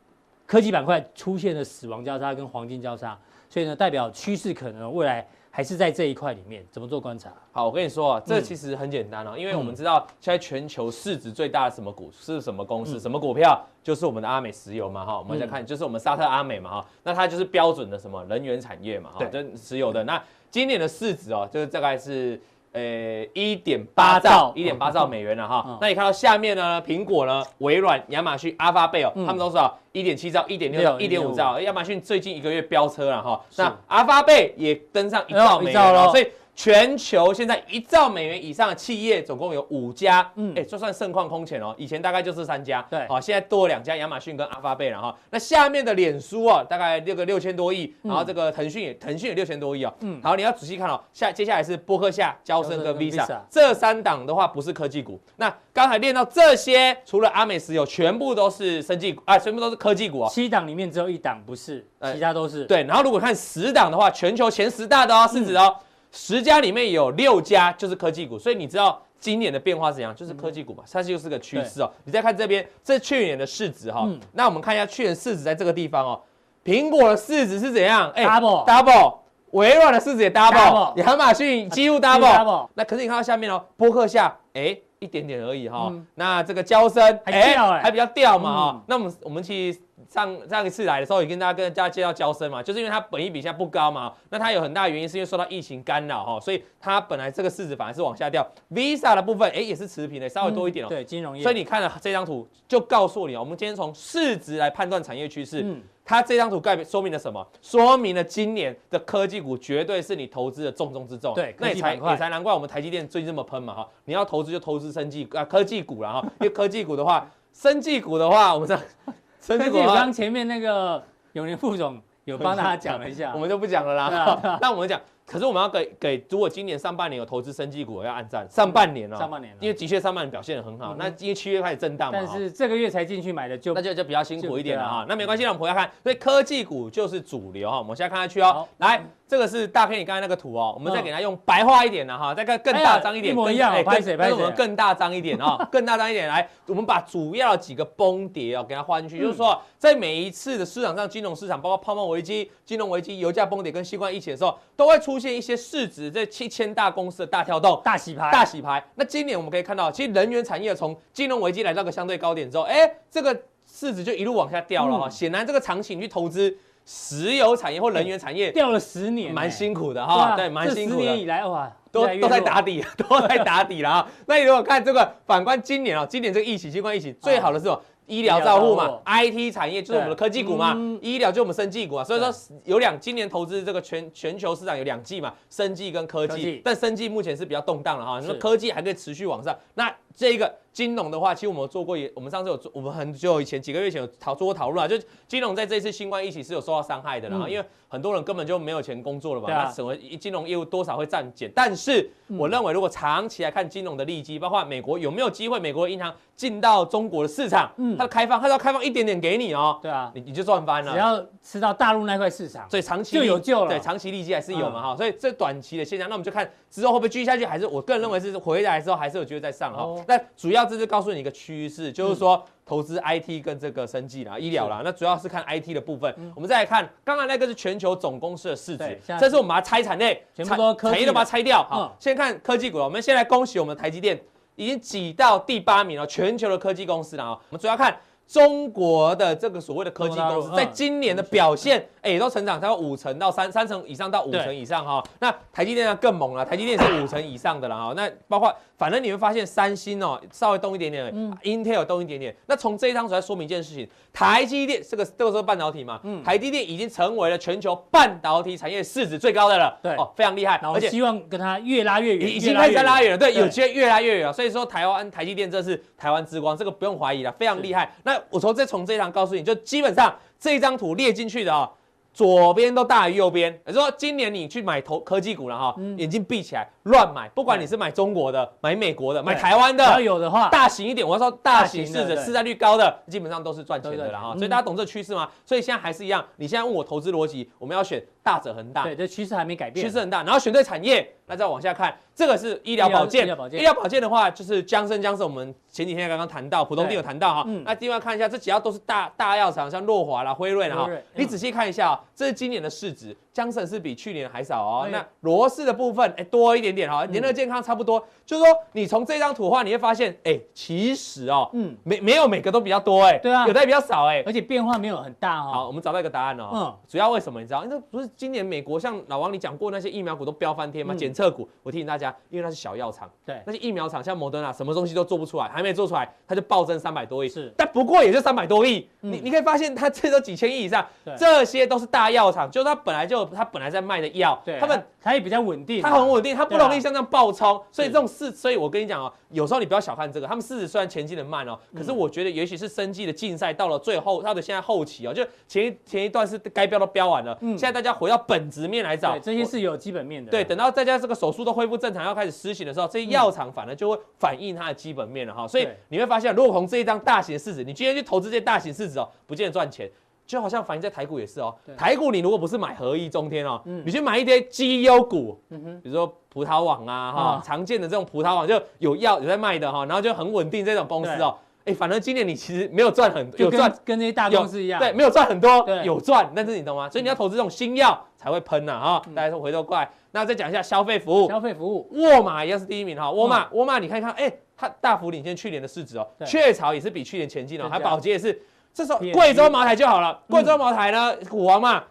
Speaker 2: 科技板块出现了死亡交叉跟黄金交叉，所以呢代表趋势可能未来还是在这一块里面，怎么做观察？
Speaker 5: 好，我跟你说啊，这
Speaker 2: 嗯
Speaker 5: 其实很简单哦，因为
Speaker 2: 嗯
Speaker 5: 我们知道现在全球市值最大的什么股是什么
Speaker 2: 嗯
Speaker 5: 公司、什么股票，就是我们的阿美石油嘛哈。我们在看，就是我们沙特阿美嘛哈，那它就是标准的什么能源产业嘛哈，
Speaker 2: 对嗯
Speaker 5: 啊就石油的。那今年的市值哦，就是大概是呃一点
Speaker 2: 八
Speaker 5: 八
Speaker 2: 兆
Speaker 5: 兆一点八兆美元了啊
Speaker 2: 嗯
Speaker 5: 哈。那你看到下面呢，苹果呢、微软、亚马逊、阿发贝尔，
Speaker 2: 嗯
Speaker 5: 他们都是啊一点七兆、一点六、一点
Speaker 2: 1.5
Speaker 5: 五兆。亚马逊最近一个月飙车了哈，
Speaker 2: 是
Speaker 5: 那阿发贝也登上一兆
Speaker 2: 哎呦一
Speaker 5: 美元
Speaker 2: 兆
Speaker 5: 了
Speaker 2: 咯，
Speaker 5: 所以。全球现在一兆美元以上的企业总共有五家，
Speaker 2: 嗯
Speaker 5: 嗯，哎，就算盛况空前哦，以前大概就是三家，
Speaker 2: 对
Speaker 5: 好，现在多了两家，亚马逊跟阿发贝了哈。那下面的脸书啊，大概六个六千多亿，
Speaker 2: 嗯
Speaker 5: 然后这个腾讯也腾讯也六千多亿哦，
Speaker 2: 嗯
Speaker 5: 嗯，好，你要仔细看哦，下接下来是波克夏、交
Speaker 2: 交
Speaker 5: 生
Speaker 2: 生
Speaker 5: 跟
Speaker 2: 跟
Speaker 5: Visa
Speaker 2: Visa
Speaker 5: 这三档的话不是科技股。那刚才练到这些，除了阿美石油，全部都是生技股啊，全部都是科技股哦。
Speaker 2: 七档里面只有一档不是，
Speaker 5: 哎
Speaker 2: 其他都是。，嗯
Speaker 5: 对，然后如果看十档的话，全球前十大的哦，市值哦，十、家里面有六家就是科技股，所以你知道今年的变化是怎样？
Speaker 2: 嗯
Speaker 5: 就是科技股嘛，它就是个趋势哦。你再看这边，这去年的市值哈、
Speaker 2: 嗯
Speaker 5: 那我们看一下去年市值在这个地方哦，苹果的市值是怎样？哎
Speaker 2: Double
Speaker 5: double。微软的市值也 double，
Speaker 2: Double
Speaker 5: 亚马逊几乎
Speaker 2: 乎 double
Speaker 5: double，那可是你看到下面哦，波克夏，哎，一点点而已哈
Speaker 2: 嗯。
Speaker 5: 那这个交生，
Speaker 2: 还
Speaker 5: 哎
Speaker 2: 掉哎
Speaker 5: 还比较掉嘛
Speaker 2: 嗯
Speaker 5: 啊。那我们我们其实上上一次来的时候，也跟大家跟大家介绍交生嘛，就是因为它本益比现在不高嘛，哦那它有很大原因是因为受到疫情干扰哦哈，所以它本来这个市值反而是往下掉。Visa 的部分，哎，也是持平的，稍微多一点
Speaker 2: 嗯
Speaker 5: 哦。
Speaker 2: 对，金融业。
Speaker 5: 所以你看了这张图，就告诉你哦，我们今天从市值来判断产业趋势。
Speaker 2: 嗯
Speaker 5: 它这张图代表说明了什么？说明了今年的科技股绝对是你投资的重中之重。
Speaker 2: 对科
Speaker 5: 那也
Speaker 2: 技
Speaker 5: 才
Speaker 2: 板块
Speaker 5: 也才难怪我们台积电最近这么喷嘛哈。你要投资就投资生技啊科技股了哈，因为科技股的话， 生技股的话，我们这 生
Speaker 2: 科
Speaker 5: 技
Speaker 2: 技
Speaker 5: 股
Speaker 2: 股
Speaker 5: 的话
Speaker 2: 刚前面那个永年副总有帮 大家讲了一下
Speaker 5: 我，们就不讲了
Speaker 2: 对啊对
Speaker 5: 啦。 那我们讲，可是我们要给给，如果今年上半年有投资生技股，要按赞上半年哦，
Speaker 2: 上半年了
Speaker 5: 因为的确上半年表现得很好
Speaker 2: 嗯，
Speaker 5: 那因为七月开始震荡嘛，
Speaker 2: 但
Speaker 5: 哈
Speaker 2: 是这个月才进去买的就
Speaker 5: 那就就比较辛苦一点了
Speaker 2: 就对
Speaker 5: 哈
Speaker 2: 啊。
Speaker 5: 那没关系，那我们回来看，所以科技股就是主流哈。我们现在看下去哦
Speaker 2: 好，
Speaker 5: 来，这个是大 K 你刚才那个图哦，我们再
Speaker 2: 嗯
Speaker 5: 给它用白话一点的哈，再更更
Speaker 2: 哎呀
Speaker 5: 大张一点，
Speaker 2: 一模
Speaker 5: 更
Speaker 2: 一样哦
Speaker 5: 哎
Speaker 2: 拍谁
Speaker 5: 更
Speaker 2: 拍谁
Speaker 5: 但是我们更大张一点啊，更大张一点。来，我们把主要几个崩跌哦，给它画
Speaker 2: 嗯
Speaker 5: 进去，就是说在每一次的市场上，金融市场包括泡沫危机、金融危机、油价崩跌跟新冠疫情的时候，都会出现一些市值这七千大公司的大跳动。
Speaker 2: 大洗牌，
Speaker 5: 大洗牌。那今年我们可以看到，其实能源产业从金融危机来到个相对高点之后，哎，这个市值就一路往下掉了哈、
Speaker 2: 嗯
Speaker 5: 显然，这个长期你去投资石油产业或能源产业，
Speaker 2: 掉了十年欸，
Speaker 5: 蛮辛苦的
Speaker 2: 对
Speaker 5: 哈、
Speaker 2: 啊
Speaker 5: 对，蛮
Speaker 2: 这
Speaker 5: 辛
Speaker 2: 十
Speaker 5: 苦
Speaker 2: 年
Speaker 5: 的
Speaker 2: 以。来哇，
Speaker 5: 都
Speaker 2: 越来越
Speaker 5: 都在
Speaker 2: 弱
Speaker 5: 打底， 都在打底 了啊！那你如果看这个，反观今年啊，今年这个疫情，新冠疫情最好的是什么？
Speaker 2: 哎
Speaker 5: 医疗照护嘛，IT 产业就是我们的科技股嘛
Speaker 2: 嗯，
Speaker 5: 医疗就是我们生技股啊。所以说有两，今年投资这个全全球市场有两季嘛，生技跟科
Speaker 2: 科技
Speaker 5: 技。但生技目前是比较动荡了哈，你说
Speaker 2: 是
Speaker 5: 科技还可以持续往上，那这个金融的话，其实我们有做过也，我们上次有做，我们很久以前几个月前有讨做过讨论啊，就金融在这次新冠疫情是有受到伤害的啦，
Speaker 2: 嗯
Speaker 5: 因为很多人根本就没有钱工作了嘛，
Speaker 2: 对啊
Speaker 5: 那什么金融业务多少会占减，但是
Speaker 2: 嗯
Speaker 5: 我认为如果长期来看金融的利基，包括美国有没有机会，美国的银行进到中国的市场，
Speaker 2: 嗯
Speaker 5: 它的开放，它要开放一点点给你哦，
Speaker 2: 对啊，
Speaker 5: 你你就赚翻了，
Speaker 2: 只要吃到大陆那块市场，
Speaker 5: 所以长期
Speaker 2: 就
Speaker 5: 利
Speaker 2: 有救了嗯
Speaker 5: 对，长期利基还是有嘛哈、所以这短期的现象，那我们就看之后会不会继续下去，还是我个人认为是回来之后还是有机会再上哈、
Speaker 2: 哦嗯
Speaker 5: 那主要这是告诉你一个趋势，就是说。投资 IT 跟这个生技啦、医疗啦，那主要是看 IT 的部分。我们再来看，刚才那个是全球总公司的市
Speaker 2: 嗯对
Speaker 5: 值
Speaker 2: 现在，
Speaker 5: 这是我们把它拆产类，
Speaker 2: 全部
Speaker 5: 产
Speaker 2: 都科技
Speaker 5: 产业都把它拆掉。好，
Speaker 2: 嗯
Speaker 5: 先看科技股了。我们先来恭喜我们的台积电，已经挤到第八名了，全球的科技公司了啊。我们主要看中国的这个所谓的科技公
Speaker 2: 中国大陆
Speaker 5: 司，在
Speaker 2: 嗯
Speaker 5: 今年的表现，哎、也都成长到五成到三三成以上到五成以上哈、那台积电呢更猛了，啊台积电是五成以上的了哈、那包括反正你会发现三星哦稍微动一点点、i
Speaker 2: 嗯
Speaker 5: n t e l 动一点点。那从这一张图来说明一件事情，台积电这个这个是半导体嘛，
Speaker 2: 嗯
Speaker 5: 台积电已经成为了全球半导体产业市值最高的了，
Speaker 2: 对
Speaker 5: 哦，非常厉害，
Speaker 2: 然后
Speaker 5: 而且
Speaker 2: 希望跟它越拉越远，
Speaker 5: 已已经开始在拉远了，对，有
Speaker 2: 机
Speaker 5: 机会越来越远了。所以说，台湾台积电这是台湾之光，这个不用怀疑了，非常厉害。那我从这从这一张告诉你，就基本上这一张图列进去的哦，左边都大于右边。也就是说今年你去买投科技股了哈、眼睛闭起来乱买，不管你是买中国的、买美国的、买台湾
Speaker 2: 只要
Speaker 5: 的，
Speaker 2: 有的话，
Speaker 5: 大型一点，我要说大型
Speaker 2: 大
Speaker 5: 市
Speaker 2: 型的
Speaker 5: 值
Speaker 2: 对
Speaker 5: 市占率高的，基本上都是赚钱的啦哈。
Speaker 2: 对对对
Speaker 5: 所以大家懂这趋势吗？所以现在还是一样，你现在问我投资逻辑，我们要选大者恒大，
Speaker 2: 对，这趋势还没改变，
Speaker 5: 趋势很大，然后选对产业，那再往下看，这个是医疗保健，
Speaker 2: 医疗保健
Speaker 5: 医疗保健的话，就是江生江生，我们前几天刚刚谈到，浦东
Speaker 2: 对
Speaker 5: 店有谈到哈
Speaker 2: 嗯。
Speaker 5: 那另外看一下，这几家都是大大药厂，像诺华啦、辉瑞啦哈哦
Speaker 2: 辉瑞嗯。
Speaker 5: 你仔细看一下啊，这是今年的市值，江省是比去年还少哦
Speaker 2: 哎。
Speaker 5: 那罗氏的部分，哎，多一点点
Speaker 2: 嗯
Speaker 5: 哈，联合健康差不多。就是说，你从这张图的话，你会发现，哎，其实哦，
Speaker 2: 嗯
Speaker 5: 嗯，没没有每个都比较多哎，
Speaker 2: 对啊
Speaker 5: 有的也比较少哎。
Speaker 2: 而且变化没有很大
Speaker 5: 好，
Speaker 2: 哦。
Speaker 5: 我们找到一个答案哦。
Speaker 2: 嗯
Speaker 5: 主要为什么你知道？因为不是今年美国像老王你讲过那些疫苗股都飙翻天吗？
Speaker 2: 嗯
Speaker 5: 检测股，我提醒大家，因为那是小药厂，
Speaker 2: 对
Speaker 5: 那些疫苗厂像摩登啊，什么东西都做不出来，还没做出来，它就暴增三百多亿。
Speaker 2: 是
Speaker 5: 但不过也就三百多亿，
Speaker 2: 嗯
Speaker 5: 你你可以发现它这都几千亿以上
Speaker 2: 对，
Speaker 5: 这些都是大药厂，就是它本来就有它本来在卖的药，
Speaker 2: 对，
Speaker 5: 他们。
Speaker 2: 它也比较稳定，
Speaker 5: 它很稳定，它不
Speaker 2: 对啊
Speaker 5: 容易像这样爆冲，所以这种市，所以我跟你讲哦，有时候你不要小看这个，他们市值虽然前进的慢哦，
Speaker 2: 嗯
Speaker 5: 可是我觉得也许是生计的竞赛到了最后，它的现在后期哦，就前一前一段是该标都标完了，
Speaker 2: 嗯
Speaker 5: 现在大家回到本质面来找
Speaker 2: 对，这些
Speaker 5: 我
Speaker 2: 是有基本面的。嗯
Speaker 5: 对，等到大家这个手术都恢复正常，要开始施行的时候，这些药厂反而就会反映它的基本面了哈。所以
Speaker 2: 对
Speaker 5: 你会发现，如果从这一张大型市值，你今天去投资这些大型市值哦，不见得赚钱。就好像反映在台股也是哦
Speaker 2: 对，
Speaker 5: 台股你如果不是买合一中天哦，
Speaker 2: 嗯
Speaker 5: 你去买一些绩优股，
Speaker 2: 嗯哼，
Speaker 5: 比如说葡萄网啊哈、
Speaker 2: 啊
Speaker 5: 常见的这种葡萄网就有药有在卖的哈、然后就很稳定这种公司哦，哎，反正今年你其实没有赚很
Speaker 2: 就
Speaker 5: 有
Speaker 2: 跟
Speaker 5: 赚
Speaker 2: 跟那些大公司一样，
Speaker 5: 对，没有赚很多
Speaker 2: 对，嗯
Speaker 5: 有赚，但是你懂吗？所以你要投资这种新药才会喷呐哈。大家说回头过来，那再讲一下消费服务，
Speaker 2: 消费嗯服务，
Speaker 5: 沃尔玛一样是第一名哈，沃尔玛沃尔玛你看看，哎，它大幅领先去年的市值哦，
Speaker 2: 对
Speaker 5: 雀巢也是比去年前进哦，
Speaker 2: 增加
Speaker 5: 还宝洁也是，这时候
Speaker 2: PNG
Speaker 5: 贵州茅台就好
Speaker 2: 嗯
Speaker 5: 了，贵州茅台呢，股王嘛。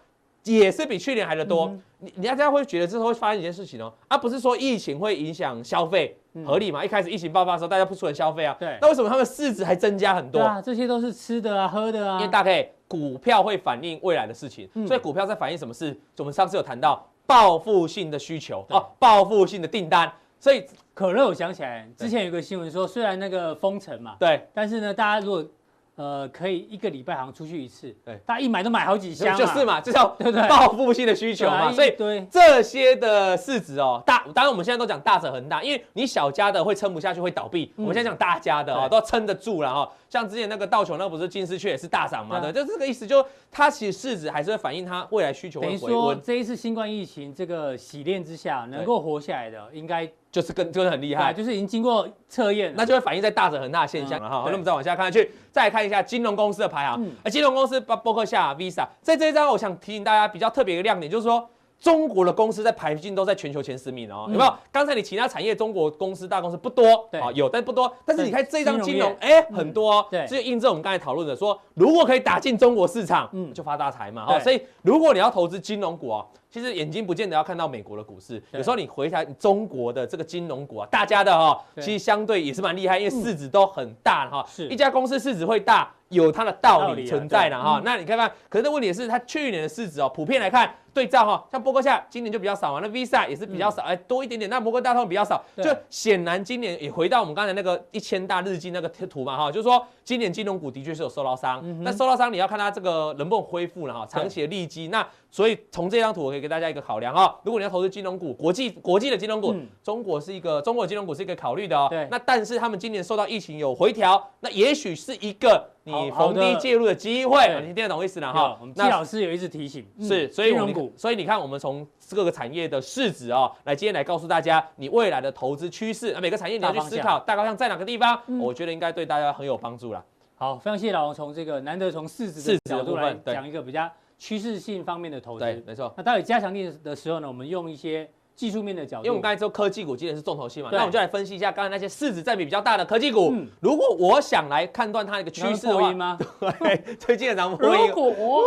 Speaker 5: 也是比去年还的多，
Speaker 2: 嗯
Speaker 5: 你你大家会觉得这时候会发生一件事情哦，啊，不是说疫情会影响消费，
Speaker 2: 嗯
Speaker 5: 合理嘛？一开始疫情爆发的时候，大家不出门消费啊，
Speaker 2: 对
Speaker 5: 那为什么他们市值还增加很多？
Speaker 2: 对啊，这些都是吃的啊、喝的啊，
Speaker 5: 因为大概股票会反映未来的事情，
Speaker 2: 嗯
Speaker 5: 所以股票在反映什么事？我们上次有谈到报复性的需求
Speaker 2: 对
Speaker 5: 哦，报复性的订单，所以
Speaker 2: 可乐，我想起来之前有一个新闻说，虽然那个封城嘛，
Speaker 5: 对，
Speaker 2: 但是呢，大家如果呃可以一个礼拜好像出去一次，
Speaker 5: 对
Speaker 2: 大家一买都买好几箱啊，
Speaker 5: 就是嘛，这叫
Speaker 2: 对不对
Speaker 5: 报复性的需求
Speaker 2: 对啊，
Speaker 5: 嘛，所以。
Speaker 2: 对
Speaker 5: 这些的市值哦，大当然我们现在都讲大者恒大，因为你小家的会撑不下去会倒闭，
Speaker 2: 嗯
Speaker 5: 我们现在讲大家的哦
Speaker 2: 对
Speaker 5: 都撑得住了哈、像之前那个道琼那不是金丝雀也是大涨嘛，
Speaker 2: 对啊
Speaker 5: 对，就这个意思，就是它其实市值还是会反映它未来需求
Speaker 2: 等
Speaker 5: 会
Speaker 2: 于
Speaker 5: 回
Speaker 2: 说
Speaker 5: 温，
Speaker 2: 这一次新冠疫情这个洗练之下，能够活下来的，应该
Speaker 5: 就是更就是很厉
Speaker 2: 对
Speaker 5: 害
Speaker 2: 啊，。就是已经经过测验了，
Speaker 5: 那就会反映在大者恒大的现象
Speaker 2: 嗯
Speaker 5: 了哈。
Speaker 2: 对
Speaker 5: 那我们再往下看下去，再来看一下金融公司的排行
Speaker 2: 嗯。
Speaker 5: 而金融公司包包括下 Visa，在这一张我想提醒大家比较特别一个亮点，就是说。中国的公司在排进都在全球前十名哦，
Speaker 2: 嗯
Speaker 5: 有没有？刚才你其他产业中国公司大公司不多，
Speaker 2: 对
Speaker 5: 啊有但不多。但是你看这张
Speaker 2: 金
Speaker 5: 金
Speaker 2: 融
Speaker 5: 融
Speaker 2: 业，嗯
Speaker 5: 哎，很多哦，
Speaker 2: 对
Speaker 5: 所以印证我们刚才讨论的，说如果可以打进中国市场，
Speaker 2: 嗯
Speaker 5: 嗯，就发大财嘛哈。
Speaker 2: 对
Speaker 5: 所以如果你要投资金融股哦，其实眼睛不见得要看到美国的股市，
Speaker 2: 对
Speaker 5: 有时候你回台中国的这个金融股啊，大家的哈，
Speaker 2: 对嗯
Speaker 5: 其实相对也是蛮厉害，因为市值都很大哈。
Speaker 2: 是
Speaker 5: 一家公司市值会大，有它的
Speaker 2: 道
Speaker 5: 道
Speaker 2: 理
Speaker 5: 理
Speaker 2: 啊
Speaker 5: 存在的哈。那你看看，可是问题是它去年的市值哦，普遍来看对照哈，像波克夏今年就比较少嘛，那 Visa 也是比较少，哎多一点点，那摩根大通比较少，
Speaker 2: 嗯对
Speaker 5: 就显然今年也回到我们刚才那个一千大日经那个图嘛哈，就是说今年金融股的确是有受到伤
Speaker 2: 嗯哼，
Speaker 5: 那受到伤你要看它这个能不能恢复了哈，长期的利基。那所以从这张图我可以给大家一个考量哈，如果你要投资金融股，国际国际的金融股
Speaker 2: 嗯，
Speaker 5: 中国是一个中国的金融股是一个考虑的哦
Speaker 2: 对。
Speaker 5: 那但是他们今年受到疫情有回调，那也许是一个你
Speaker 2: 好好
Speaker 5: 逢
Speaker 2: 的
Speaker 5: 低介入的机会
Speaker 2: 对，
Speaker 5: 你听得懂我意思了
Speaker 2: 对啊
Speaker 5: 哈
Speaker 2: 我们？季
Speaker 5: 那
Speaker 2: 老师有一直提醒，嗯
Speaker 5: 是，所以
Speaker 2: 金
Speaker 5: 我
Speaker 2: 融
Speaker 5: 们
Speaker 2: 股，
Speaker 5: 所以你看，我们从各个产业的市值哦，来今天来告诉大家你未来的投资趋势。那每个产业你要去思
Speaker 2: 大方嗯
Speaker 5: 考大方向在哪个地方，我觉得应该对大家很有帮助啦。
Speaker 2: 好，非常谢谢老王从这个难得从市值
Speaker 5: 市
Speaker 2: 的
Speaker 5: 值
Speaker 2: 角
Speaker 5: 的部
Speaker 2: 度
Speaker 5: 分
Speaker 2: 来
Speaker 5: 对
Speaker 2: 讲一个比较趋势性方面的投
Speaker 5: 对
Speaker 2: 资，。
Speaker 5: 没错。
Speaker 2: 那到底加强力的时候呢，我们用一些技术面的角度，
Speaker 5: 因为我们刚才说科技股今年是重头戏嘛，
Speaker 2: 对
Speaker 5: 那我们就来分析一下刚才那些市值占比比较大的科技股。
Speaker 2: 嗯
Speaker 5: 如果我想来判断它的一个趋势的
Speaker 2: 破
Speaker 5: 话
Speaker 2: 音，吗？
Speaker 5: 对，最近的咱们
Speaker 2: 如
Speaker 5: 会议
Speaker 2: 果我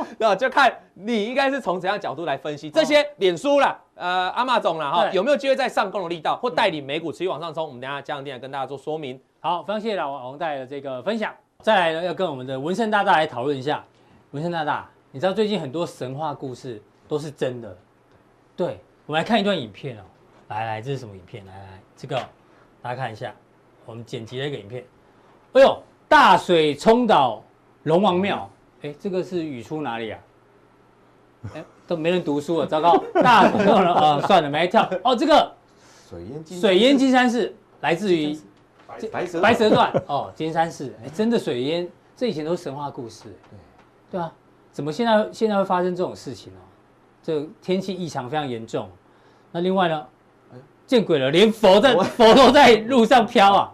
Speaker 5: 那就看你应该是从怎样角度来分析这些脸书啦，呃，阿玛总啦哈，
Speaker 2: 对
Speaker 5: 有没有机会在上攻的力道或带领美股持续往上冲？我们等一下这样来跟大家做说明。
Speaker 2: 好，非常谢谢老王带来的这个分享。再来呢，要跟我们的文森大大来讨论一下。文森大大，你知道最近很多神话故事都是真的？对，我们来看一段影片哦。来来，这是什么影片？来来，这个大家看一下，我们剪辑了一个影片。哎呦，大水冲倒龙王庙。哎，这个是语出哪里啊？哎，都没人读书了，糟糕！大水冲了啊，算了，没跳。哦，这个
Speaker 6: 水淹金
Speaker 2: 水淹金山寺来自于
Speaker 6: 白白蛇
Speaker 2: 白蛇传哦，金山寺，哎，真的水淹，这以前都是神话故事，对，对啊，怎么现在现在会发生这种事情哦？这天气异常非常严重。那另外呢，见鬼了，连佛在佛都在路上飘啊！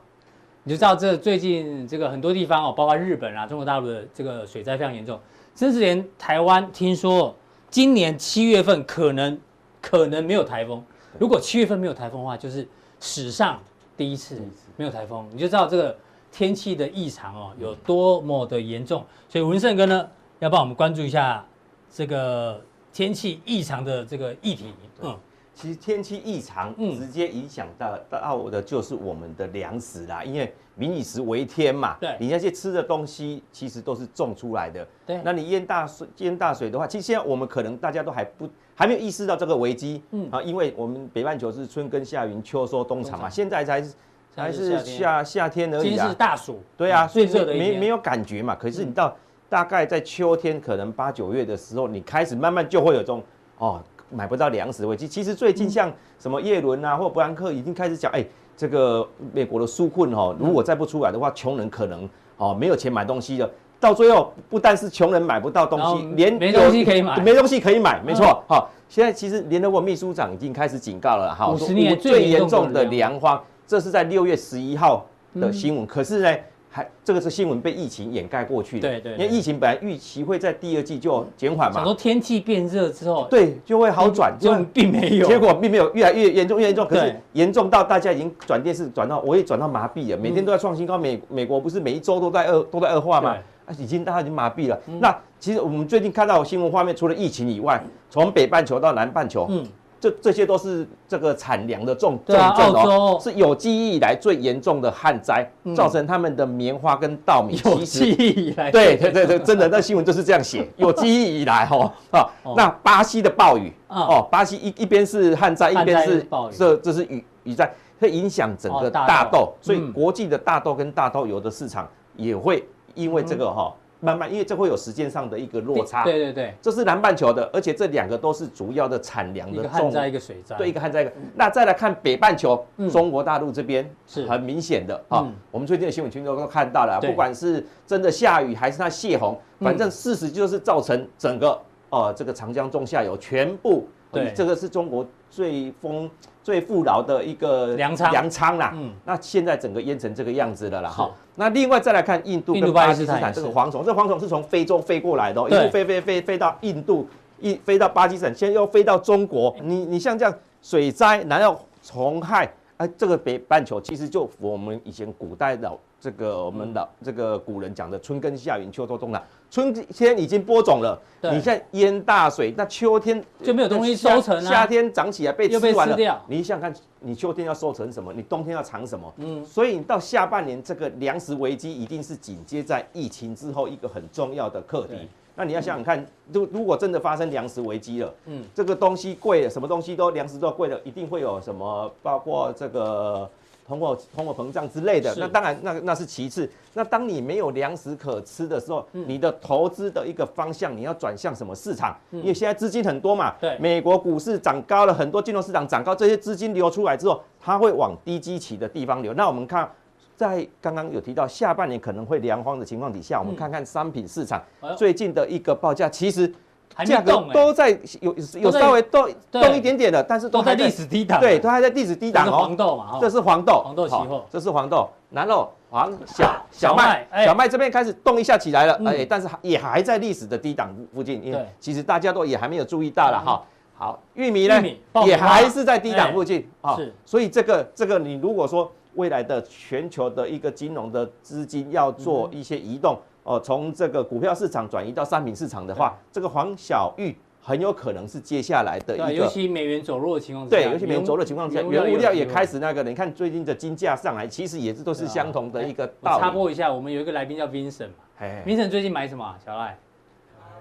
Speaker 2: 你就知道这最近这个很多地方哦，包括日本啊、中国大陆的这个水灾非常严重，甚至连台湾听说今年七月份可能可能没有台风，如果七月份没有台风的话，就是史上第一次没有台风，你就知道这个天气的异常哦
Speaker 3: 嗯
Speaker 2: 有多么的严重。所以文胜哥呢，要帮我们关注一下这个天气异常的这个议题。嗯，
Speaker 3: 其实天气异常，
Speaker 2: 嗯
Speaker 3: 直接影响到到的就是我们的粮食啦，因为民以食为天嘛。
Speaker 2: 对
Speaker 3: 你那些吃的东西其实都是种出来的。
Speaker 2: 对
Speaker 3: 那你淹大水，淹大水的话，其实现在我们可能大家都还不还没有意识到这个危机。
Speaker 2: 嗯
Speaker 3: 嗯啊，因为我们北半球是春耕夏耘秋收冬藏
Speaker 2: 冬藏
Speaker 3: 嘛，现在才是
Speaker 2: 现在
Speaker 3: 才
Speaker 2: 是
Speaker 3: 是
Speaker 2: 夏天
Speaker 3: 夏夏天而
Speaker 2: 今
Speaker 3: 已
Speaker 2: 天是
Speaker 3: 啊。
Speaker 2: 大暑，嗯
Speaker 3: 对啊，所以
Speaker 2: 最热的一嗯
Speaker 3: 没
Speaker 2: 天
Speaker 3: 没有感觉嘛。可是你到大概在秋天，可能八九月的时候，你开始慢慢就会有这种哦，买不到粮食的危机。其实最
Speaker 2: 嗯
Speaker 3: 近像什么叶伦啊，或伯南克已经开始讲，哎，这个美国的纾困哦，
Speaker 2: 嗯
Speaker 3: 如果再不出来的话，穷人可能哦没有钱买东西了。到最后，不但是穷人买不到东
Speaker 2: 然后
Speaker 3: 西，连
Speaker 2: 哦没
Speaker 3: 有
Speaker 2: 东西可以买嗯
Speaker 3: 没东西可以买，没错。哈，现在其实联合国秘书长已经开始警告了，哈，
Speaker 2: 50
Speaker 3: 说
Speaker 2: 年
Speaker 3: 我
Speaker 2: 最
Speaker 3: 最
Speaker 2: 严重的
Speaker 3: 严重的
Speaker 2: 粮
Speaker 3: 粮荒，这是在六月十一号
Speaker 2: 嗯
Speaker 3: 的新闻。可是呢，还这个是新闻被疫情掩盖过去的。
Speaker 2: 对对
Speaker 3: 因为
Speaker 2: 对
Speaker 3: 疫情本来预期会在第二季就减缓
Speaker 2: 想
Speaker 3: 嘛
Speaker 2: 说，天气变热之后，
Speaker 3: 对，就会好转。
Speaker 2: 结
Speaker 3: 就
Speaker 2: 果并没有，
Speaker 3: 结果并没有越来越严重，越来越严重。可是
Speaker 2: 对
Speaker 3: 严重到大家已经转电视转到，我也转到麻痹
Speaker 2: 嗯
Speaker 3: 了，每天都在创新高。美美国不是每一周都在恶都在恶化嘛
Speaker 2: 对？嗯
Speaker 3: 啊，已经大家已经麻痹了。那其实我们最近看到的新闻画面，除了疫情以外，从北半球到南半球，
Speaker 2: 嗯，
Speaker 3: 这这些都是这个产粮的重
Speaker 2: 对
Speaker 3: 重
Speaker 2: 啊
Speaker 3: 症
Speaker 2: 澳洲
Speaker 3: 哦，是有记忆以来最严重的旱灾
Speaker 2: 嗯，
Speaker 3: 造成他们的棉花跟稻米
Speaker 2: 有
Speaker 3: 其实
Speaker 2: 记忆以来
Speaker 3: 对对对对，真的，那新闻就是这 样写。有记忆以来，哦，啊
Speaker 2: 哦，
Speaker 3: 那巴西的暴雨，
Speaker 2: 啊
Speaker 3: 哦，巴西一一边是旱灾，一
Speaker 2: 旱灾
Speaker 3: 边
Speaker 2: 一边
Speaker 3: 是
Speaker 2: 是暴雨
Speaker 3: 这这是雨雨灾，会影响整
Speaker 2: 哦
Speaker 3: 个
Speaker 2: 大
Speaker 3: 大
Speaker 2: 豆
Speaker 3: 豆，所以
Speaker 2: 嗯
Speaker 3: 国际的大豆跟大豆油的市场也会因为这个哈，慢慢因为这会有时间上的一个落差。
Speaker 2: 嗯对对对，
Speaker 3: 这是南半球的，而且这两个都是主要的产粮
Speaker 2: 一
Speaker 3: 的
Speaker 2: 个
Speaker 3: 重
Speaker 2: 旱灾一个水灾，
Speaker 3: 对，一个旱灾一个。那再来看北半球
Speaker 2: 嗯，
Speaker 3: 中国大陆这边
Speaker 2: 是
Speaker 3: 很明显的啊
Speaker 2: 嗯。
Speaker 3: 我们最近的新闻群众都看到了，
Speaker 2: 对
Speaker 3: 不管是真的下雨还是它泄洪，
Speaker 2: 嗯
Speaker 3: 反正事实就是造成整个呃这个长江中下游全部，
Speaker 2: 对
Speaker 3: 这个是中国最丰最富饶的一个
Speaker 2: 粮仓
Speaker 3: 粮仓啦
Speaker 2: 嗯。
Speaker 3: 那现在整个淹成这个样子了啦
Speaker 2: 是
Speaker 3: 哈。那另外再来看印度
Speaker 2: 印度
Speaker 3: 跟
Speaker 2: 巴
Speaker 3: 巴
Speaker 2: 基
Speaker 3: 基斯
Speaker 2: 斯坦也
Speaker 3: 坦这个
Speaker 2: 是
Speaker 3: 蝗虫，这蝗虫是从非洲飞过来的、哦，一
Speaker 2: 对
Speaker 3: 路飞飞飞飞到印度，一飞到巴基斯坦，现在又飞到中国。你你像这样水灾，然后虫害，啊，这个北半球其实就符合我们以前古代的这个我们
Speaker 2: 嗯
Speaker 3: 的这个古人讲的春耕夏耘秋收冬藏，春天已经播种了，
Speaker 2: 对
Speaker 3: 你现在淹大水，那秋天
Speaker 2: 就没有东西
Speaker 3: 夏
Speaker 2: 收成啊
Speaker 3: 夏天长起来被
Speaker 2: 又被
Speaker 3: 吃完
Speaker 2: 吃
Speaker 3: 了，
Speaker 2: 掉
Speaker 3: 你想想看，你秋天要收成什么？你冬天要藏什么？
Speaker 2: 嗯
Speaker 3: 所以你到下半年这个粮食危机一定是紧接在疫情之后一个很重要的课
Speaker 2: 对
Speaker 3: 题。那你要想想看，如如果真的发生粮食危机了，
Speaker 2: 嗯
Speaker 3: 嗯，这个东西贵了，什么东西都粮食都贵了，一定会有什么，包括这个通货通货膨胀之类的。
Speaker 2: 是
Speaker 3: 那当然，那那是其次。那当你没有粮食可吃的时候，
Speaker 2: 嗯
Speaker 3: 你的投资的一个方向，你要转向什么市场？因为现在资金很多嘛，
Speaker 2: 嗯对
Speaker 3: 美国股市涨高了，很多金融市场涨高，这些资金流出来之后，它会往低基期的地方流。那我们看。在刚刚有提到下半年可能会粮荒的情况底下，我们看看商品市场
Speaker 2: 嗯哎呦
Speaker 3: 最近的一个报价，其实
Speaker 2: 还没
Speaker 3: 价格
Speaker 2: 动哎
Speaker 3: 都在有有
Speaker 2: 在
Speaker 3: 稍微动
Speaker 2: 对
Speaker 3: 动一点点的，但是
Speaker 2: 都
Speaker 3: 都
Speaker 2: 在
Speaker 3: 还
Speaker 2: 历史低档，
Speaker 3: 对，都还在历史低
Speaker 2: 这
Speaker 3: 档
Speaker 2: 是黄
Speaker 3: 哦。
Speaker 2: 豆嘛，哦
Speaker 3: 这是黄豆，
Speaker 2: 黄豆期
Speaker 3: 好
Speaker 2: 货
Speaker 3: 这是黄豆，然后黄小
Speaker 2: 小
Speaker 3: 小
Speaker 2: 麦
Speaker 3: 麦
Speaker 2: 哎，
Speaker 3: 小麦这边开始动一下起来了，
Speaker 2: 嗯
Speaker 3: 哎，但是还也还在历史的低档附近，因
Speaker 2: 对嗯
Speaker 3: 为其实大家都也还没有注意到了哈。好，玉米呢
Speaker 2: 玉米爆米
Speaker 3: 也
Speaker 2: 花
Speaker 3: 还是在低
Speaker 2: 哎
Speaker 3: 档附近啊
Speaker 2: 是，
Speaker 3: 所以这个这个你如果说未来的全球的一个金融的资金要做一些移动哦，从这个股票市场转移到商品市场的话，这个黄小玉很有可能是接下来的
Speaker 2: 对，啊
Speaker 3: 一
Speaker 2: 尤
Speaker 3: 个
Speaker 2: 其美元走弱的情况之下，
Speaker 3: 对，尤其美元走弱的情况下，原物料也开。始那个了。你看最近的金价上来，其实也是都
Speaker 2: 对
Speaker 3: 是
Speaker 2: 啊
Speaker 3: 相同的一个
Speaker 2: 我插
Speaker 3: 道理。
Speaker 2: 播一下，我们有一个来宾叫 Vincent 嘛
Speaker 3: 哎
Speaker 2: ，Vincent 最近买什么啊？小赖，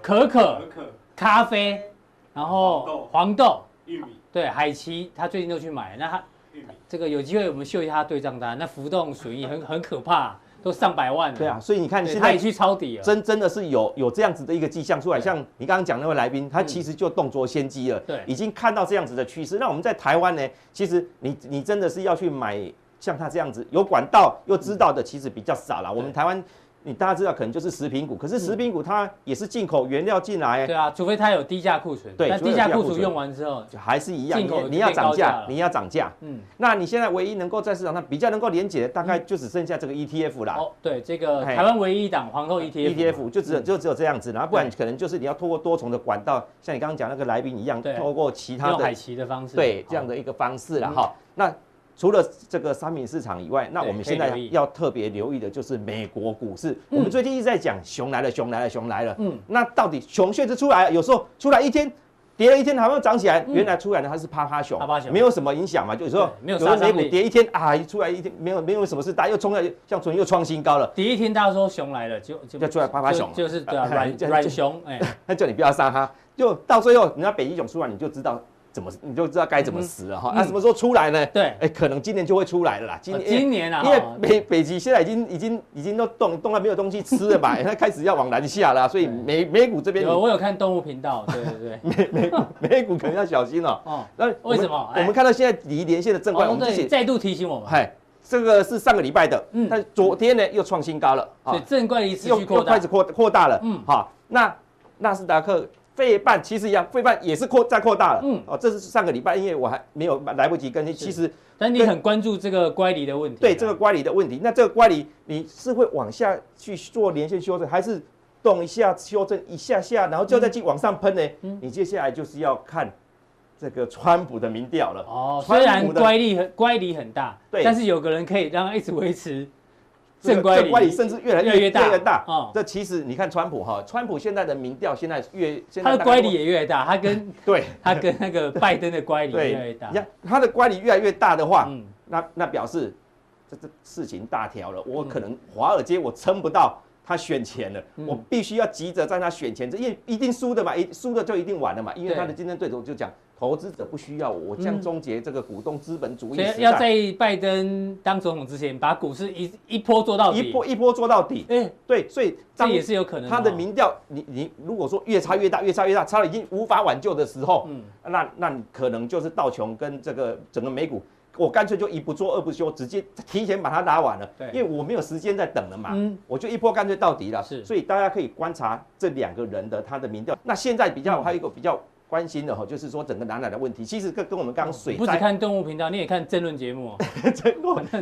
Speaker 2: 可可、咖啡，然后黄豆、玉米，对，海奇他最近都去买。那他这个有机会我们秀一下他对账单，那浮动损益很很可怕，都上百万了。
Speaker 3: 对啊，，所以你看
Speaker 2: 对，
Speaker 3: 现
Speaker 2: 他也
Speaker 3: 在
Speaker 2: 去抄底了。
Speaker 3: 真真的是有有这样子的一个迹象出来。
Speaker 2: 对
Speaker 3: 像你刚刚讲那位来宾，他
Speaker 2: 嗯
Speaker 3: 其实就动作先机了，
Speaker 2: 对
Speaker 3: 已经看到这样子的趋势。那我们在台湾呢，其实你你
Speaker 2: 嗯
Speaker 3: 真的是要去买像他这样子有管道又知道的，其实比较少啦。我们台湾。你大家知道可能就是食品股，
Speaker 2: 嗯
Speaker 3: 可是食品股它也是进口原料进来，
Speaker 2: 对啊，除非它有低价库存，
Speaker 3: 对
Speaker 2: 但
Speaker 3: 除非
Speaker 2: 低
Speaker 3: 有
Speaker 2: 价
Speaker 3: 低价
Speaker 2: 库
Speaker 3: 库
Speaker 2: 存
Speaker 3: 存
Speaker 2: 用完之后，
Speaker 3: 就还是一样，
Speaker 2: 进
Speaker 3: 你
Speaker 2: 口就
Speaker 3: 你要
Speaker 2: 变高
Speaker 3: 涨
Speaker 2: 价
Speaker 3: 价
Speaker 2: 了，
Speaker 3: 你要涨价。
Speaker 2: 嗯，
Speaker 3: 那你现在唯一能够在市场上比较能够连接的，大概就只剩下这个 ETF 啦。E
Speaker 2: 哦，对，这个
Speaker 3: 嘿
Speaker 2: 台湾唯一一档皇后 ETF，
Speaker 3: ETF 就只有
Speaker 2: 嗯
Speaker 3: 就只有这样子，然后不然
Speaker 2: 对
Speaker 3: 可能就是你要透过多重的管道，像你刚刚讲那个来宾一样，
Speaker 2: 对
Speaker 3: 透过其他
Speaker 2: 用海
Speaker 3: 的
Speaker 2: 奇的方式，
Speaker 3: 对
Speaker 2: 好
Speaker 3: 这样的一个方式啦
Speaker 2: 嗯
Speaker 3: 哈。那除了这个商品市场以外，那
Speaker 2: 对
Speaker 3: 我们
Speaker 2: 可以
Speaker 3: 现在
Speaker 2: 留意
Speaker 3: 要特别留意的就是美国股市。我
Speaker 2: 嗯
Speaker 3: 们最近一直在讲熊来了，熊来了，熊来了。
Speaker 2: 嗯
Speaker 3: 嗯，那到底熊确实出来了，有时候出来一天。跌了一天，还没有涨起来。原来出来呢，它是趴趴熊，
Speaker 2: 嗯趴趴熊
Speaker 3: 没有什么影响嘛。就有时候
Speaker 2: 对没有
Speaker 3: 时候
Speaker 2: 杀伤
Speaker 3: 美股
Speaker 2: 力
Speaker 3: 跌一天啊，一出来一天没有没有什么事，大家又冲了，像昨天又创新高了。
Speaker 2: 第一天大家说熊来了，就就
Speaker 3: 就出来趴趴熊
Speaker 2: 就就是对啊，
Speaker 3: 哎
Speaker 2: 软
Speaker 3: 就
Speaker 2: 软
Speaker 3: 就
Speaker 2: 熊，哎，
Speaker 3: 他叫你不要杀它，就到最后，你要北极熊出来，你就知道怎么，你就知道该怎么死了哈。
Speaker 2: 嗯
Speaker 3: 那、什么时候出来呢？
Speaker 2: 对
Speaker 3: 哎，可能今年就会出来了啦。 今
Speaker 2: 哦
Speaker 3: 年、
Speaker 2: 今年啊，
Speaker 3: 因为
Speaker 2: 哈
Speaker 3: 北北极现在已经已经已经都冻冻到没有东西吃了嘛，它 开始要往南下了，所以
Speaker 2: 对
Speaker 3: 美美股这边
Speaker 2: 有我有看动物频道，对对对，
Speaker 3: 美股可能要小心哦。
Speaker 2: 哦，
Speaker 3: 那我
Speaker 2: 为
Speaker 3: 们
Speaker 2: 什么哎
Speaker 3: 我们看到现在离连线的 正怪，我
Speaker 2: 哦
Speaker 3: 们之
Speaker 2: 对，
Speaker 3: 前
Speaker 2: 再度提醒我们，
Speaker 3: 嗨，这个是上个礼拜的，
Speaker 2: 嗯
Speaker 3: 嗯，但昨天呢又创新高了啊
Speaker 2: 所以正怪离持
Speaker 3: 又
Speaker 2: 续扩
Speaker 3: 又
Speaker 2: 大
Speaker 3: 开始，扩扩大了。
Speaker 2: 嗯
Speaker 3: 嗯，好，那纳斯达克、费半其实一样，费半也是扩再扩大了。
Speaker 2: 嗯
Speaker 3: 嗯，哦，这是上个礼拜，因为我还没有来不及跟你，其实
Speaker 2: 但你很关注这个乖离的问题啊，
Speaker 3: 对这个乖离的问题，那这个乖离你是会往下去做连线修正，还是动一下修正一下下，然后就再去往上喷呢？
Speaker 2: 嗯
Speaker 3: 你接下来就是要看这个川普的民调了。
Speaker 2: 哦，虽
Speaker 3: 川
Speaker 2: 然
Speaker 3: 普的
Speaker 2: 乖离很乖离很大，
Speaker 3: 对
Speaker 2: 但是有个人可以让它一直维持
Speaker 3: 这
Speaker 2: 正
Speaker 3: 个
Speaker 2: 乖
Speaker 3: 正乖离
Speaker 2: 离，
Speaker 3: 甚至越来
Speaker 2: 越
Speaker 3: 越
Speaker 2: 来越大
Speaker 3: 越大
Speaker 2: 哦
Speaker 3: 这其实你看川普哈，川普现在的民调现在越现在
Speaker 2: 它的
Speaker 3: 大概
Speaker 2: 乖
Speaker 3: 都
Speaker 2: 离也越来越大，它 跟
Speaker 3: 对。
Speaker 2: 它跟那个拜登的乖离越来越
Speaker 3: 对，
Speaker 2: 大
Speaker 3: 你，看它的乖离越来越大的话，
Speaker 2: 嗯
Speaker 3: 那那表示这这事情大条了。我可能华尔街我撑不到他选前了，
Speaker 2: 嗯
Speaker 3: 我必须要急着在他选前，这因为一定输的嘛，一输了就一定完了嘛。因为
Speaker 2: 对嗯
Speaker 3: 他的竞争对手就讲，投资者不需要我，我将终结这个股东资本主义
Speaker 2: 所
Speaker 3: 时代，
Speaker 2: 以要在拜登当总统之前，把股市一一波做到底，
Speaker 3: 一波一波做到底。
Speaker 2: 哎，
Speaker 3: 对，所以
Speaker 2: 这
Speaker 3: 当
Speaker 2: 也是有可能哦。
Speaker 3: 他的民调，你你如果说越差越大，越差越大，差到已经无法挽救的时候，
Speaker 2: 嗯
Speaker 3: 那那你可能就是道琼跟这个整个美股，我干脆就一不做二不休，直接提前把它拉完了，
Speaker 2: 对
Speaker 3: 因为我没有时间再等了嘛，
Speaker 2: 嗯
Speaker 3: 我就一波干脆到底了。
Speaker 2: 是
Speaker 3: 所以大家可以观察这两个人的他的民调。那现在比较还有一个比较关心的哈，就是说整个南海的问题，其实跟跟我们刚刚水
Speaker 2: 不只
Speaker 3: 灾，
Speaker 2: 看动物频道，你也看政论节 目哦，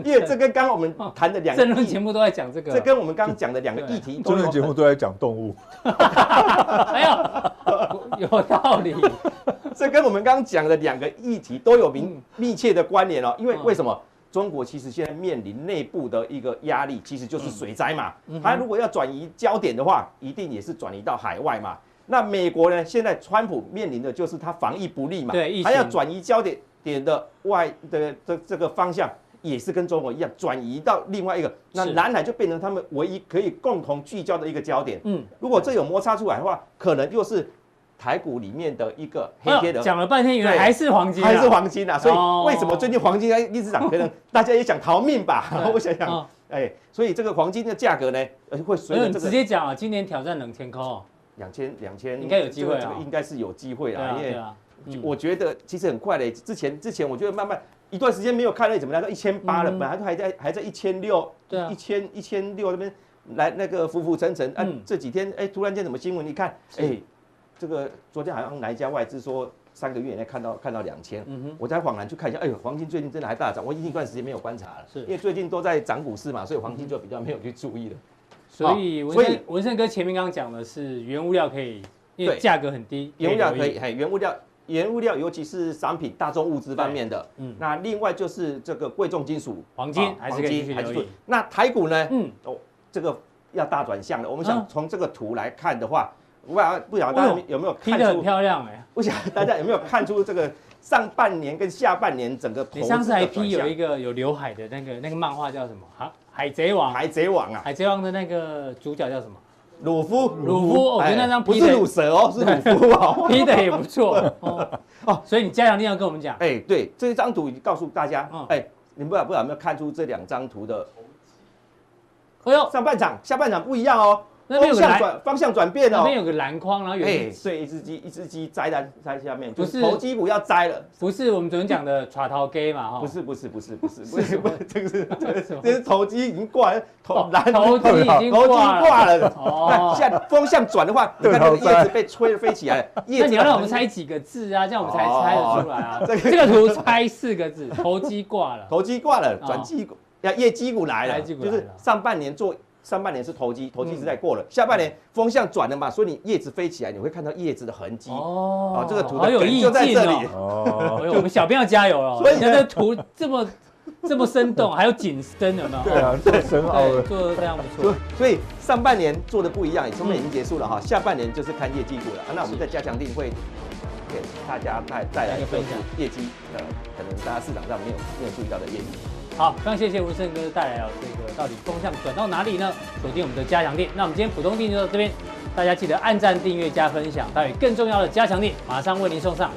Speaker 3: 因 为这跟刚刚我们谈的两 个
Speaker 2: 政论
Speaker 3: 议
Speaker 2: 节目都在讲这个。
Speaker 3: 这跟我们刚刚讲的两个议题，
Speaker 4: 综艺节目都在讲动物，
Speaker 2: 哎呦，有道 理。
Speaker 3: 这跟我们刚刚讲的两个议题都有密
Speaker 2: 嗯
Speaker 3: 密切的关联哦。因为
Speaker 2: 嗯
Speaker 3: 为什么？中国其实现在面临内部的一个压力，其实就是水灾嘛
Speaker 2: 嗯。
Speaker 3: 它如果要转移焦点的话，一定也是转移到海外嘛。那美国呢？现在川普面临的就是他防疫不力嘛，
Speaker 2: 对疫情
Speaker 3: 他要转移焦点点的外的这这个方向，也是跟中国一样转移到另外一个。那
Speaker 2: 是
Speaker 3: 南海就变成他们唯一可以共同聚焦的一个焦点。
Speaker 2: 嗯，
Speaker 3: 如果这有摩擦出来的话，可能又是台股里面的一个黑天
Speaker 2: 哎
Speaker 3: 鹅
Speaker 2: 呦。讲了半天，原来
Speaker 3: 对
Speaker 2: 还是黄金啊，
Speaker 3: 还是黄金啊，所
Speaker 2: 哦
Speaker 3: 以为什么最近黄金在一直 涨？可能大家也想逃命吧
Speaker 2: 对。
Speaker 3: 我想想
Speaker 2: 哦，
Speaker 3: 哎，所以这个黄金的价格呢，呃会
Speaker 2: 所
Speaker 3: 随
Speaker 2: 以
Speaker 3: 着
Speaker 2: 你
Speaker 3: 这
Speaker 2: 直
Speaker 3: 个
Speaker 2: 接讲啊，今年挑战冷千空哦。
Speaker 3: 两千两千，
Speaker 2: 应该有机会啊
Speaker 3: 这个这个应该是有机会
Speaker 2: 对
Speaker 3: 啦
Speaker 2: 啊，，
Speaker 3: 因
Speaker 2: 对
Speaker 3: 为
Speaker 2: 啊。嗯
Speaker 3: 我觉得其实很快嘞。之前之前我觉得慢慢一段时间没有看到怎么来到一千八了，
Speaker 2: 嗯
Speaker 3: 本来都还在还在一千六
Speaker 2: 对啊，
Speaker 3: 一千一千六那边来那个浮浮沉沉。啊
Speaker 2: 嗯，
Speaker 3: 这几天哎，突然间什么新闻？一看，
Speaker 2: 是
Speaker 3: 哎，这个昨天好像哪一家外资说三个月以内看到看到两千，
Speaker 2: 嗯哼，
Speaker 3: 我才恍然去看一下，哎呦，黄金最近真的还大涨，我已经一段时间没有观察了，
Speaker 2: 是嗯
Speaker 3: 因为最近都在涨股市嘛，所以黄金就比较没有去注意了。
Speaker 2: 所以
Speaker 3: 好
Speaker 2: 文
Speaker 3: 所以
Speaker 2: 胜文胜哥前面刚刚讲的是原物料可以，因为
Speaker 3: 对
Speaker 2: 价格很低，
Speaker 3: 原物料可
Speaker 2: 留意
Speaker 3: 以，，嘿，原物料，原物料尤其是商品、大宗物资方面的，
Speaker 2: 嗯
Speaker 3: 那另外就是这个贵重金属，
Speaker 2: 黄金
Speaker 3: 啊
Speaker 2: 还是可以继续留意
Speaker 3: 注意那台股呢？
Speaker 2: 嗯，
Speaker 3: 哦，这个要大转向了。我们
Speaker 2: 嗯
Speaker 3: 想从这个图来看的话，我不晓得不晓得
Speaker 2: 哎
Speaker 3: 大
Speaker 2: 呦
Speaker 3: 家有没有
Speaker 2: 踢
Speaker 3: 看
Speaker 2: 得很
Speaker 3: 出？
Speaker 2: 漂亮哎。
Speaker 3: 不晓得大家有没有看出这个上半年跟下半年整个投
Speaker 2: 你
Speaker 3: 资
Speaker 2: 上次还
Speaker 3: 的转
Speaker 2: 批有
Speaker 3: 向
Speaker 2: 一个有刘海的那个那个漫画叫什么？海海贼王，
Speaker 3: 海贼王啊，
Speaker 2: 海贼王的那个主角叫什么？
Speaker 3: 鲁夫，哎
Speaker 2: 鲁夫我觉得那张
Speaker 3: 不
Speaker 2: 披
Speaker 3: 是
Speaker 2: 的
Speaker 3: 鲁蛇哦，是鲁夫哦。
Speaker 2: 批的也不错哦。哦，所以你家长一定要跟我们讲，
Speaker 3: 哎，对，这张图已经告诉大家
Speaker 2: 嗯，
Speaker 3: 哎，你们不知道不知道有没有看出这两张图的
Speaker 2: 哎呦，
Speaker 3: 上半场、下半场不一样哦？
Speaker 2: 那边有个
Speaker 3: 方向
Speaker 2: 篮，
Speaker 3: 转方向转变
Speaker 2: 那
Speaker 3: 哦。
Speaker 2: 边有个篮筐，然后有一
Speaker 3: 哎，所以一只鸡一只鸡栽在栽下面，
Speaker 2: 不
Speaker 3: 就是是头鸡不要栽了。
Speaker 2: 不是我们昨天讲的 耍桃 gay 嘛哈，
Speaker 3: 不是不是不是不是不是不是， 这个是这个
Speaker 2: 什么
Speaker 3: 是这是头鸡已经挂了，
Speaker 2: 哦
Speaker 3: 头蓝
Speaker 2: 头鸡已经
Speaker 3: 头鸡
Speaker 2: 挂了
Speaker 3: 挂了。那
Speaker 2: 哦。
Speaker 3: 现在风向转的话，你看那个叶子被吹得飞起来，叶
Speaker 2: 那
Speaker 3: 子哦
Speaker 2: 你要让我们猜几个字啊？这样我们才猜得出来啊。
Speaker 3: 这
Speaker 2: 这个图猜四个 字，投机挂了。
Speaker 3: 投机挂了
Speaker 2: 哦，
Speaker 3: 转机股要业绩股来
Speaker 2: 来
Speaker 3: 了，
Speaker 2: 绩股
Speaker 3: 就
Speaker 2: 来
Speaker 3: 是
Speaker 2: 了嗯
Speaker 3: 上半年做。上半年是投机，投机时代过了，下半年风向转了嘛，所以你叶子飞起来，你会看到叶子的痕迹。
Speaker 2: 哦
Speaker 3: 哦这个图的
Speaker 2: 好有意
Speaker 3: 梗就在
Speaker 2: 境
Speaker 3: 这里
Speaker 2: 哦。
Speaker 4: 哦，
Speaker 2: 哎呦我们小编要加油哦。
Speaker 3: 所以
Speaker 2: 人家
Speaker 3: 呢
Speaker 2: 这图这么这么生 动，还有紧身，有没有？
Speaker 4: 对啊，这深奥
Speaker 2: 对，
Speaker 3: 哦
Speaker 4: 了。
Speaker 2: 做的非常不错
Speaker 3: 所以。所以上半年做的不一样，也充分已经结束了哈，下半年就是看业绩股了。啊那我们在加强定会给大家再再来
Speaker 2: 一
Speaker 3: 一
Speaker 2: 个
Speaker 3: 个
Speaker 2: 分享
Speaker 3: 业绩，呃，可能大家市场上没有没有注意到的业绩。
Speaker 2: 好，非常谢谢文胜哥带来了哦这个到底风向转到哪里呢？锁定我们的加强店。那我们今天浦东店就到这边，大家记得按赞、订阅、加分享。待会更重要的加强店马上为您送上。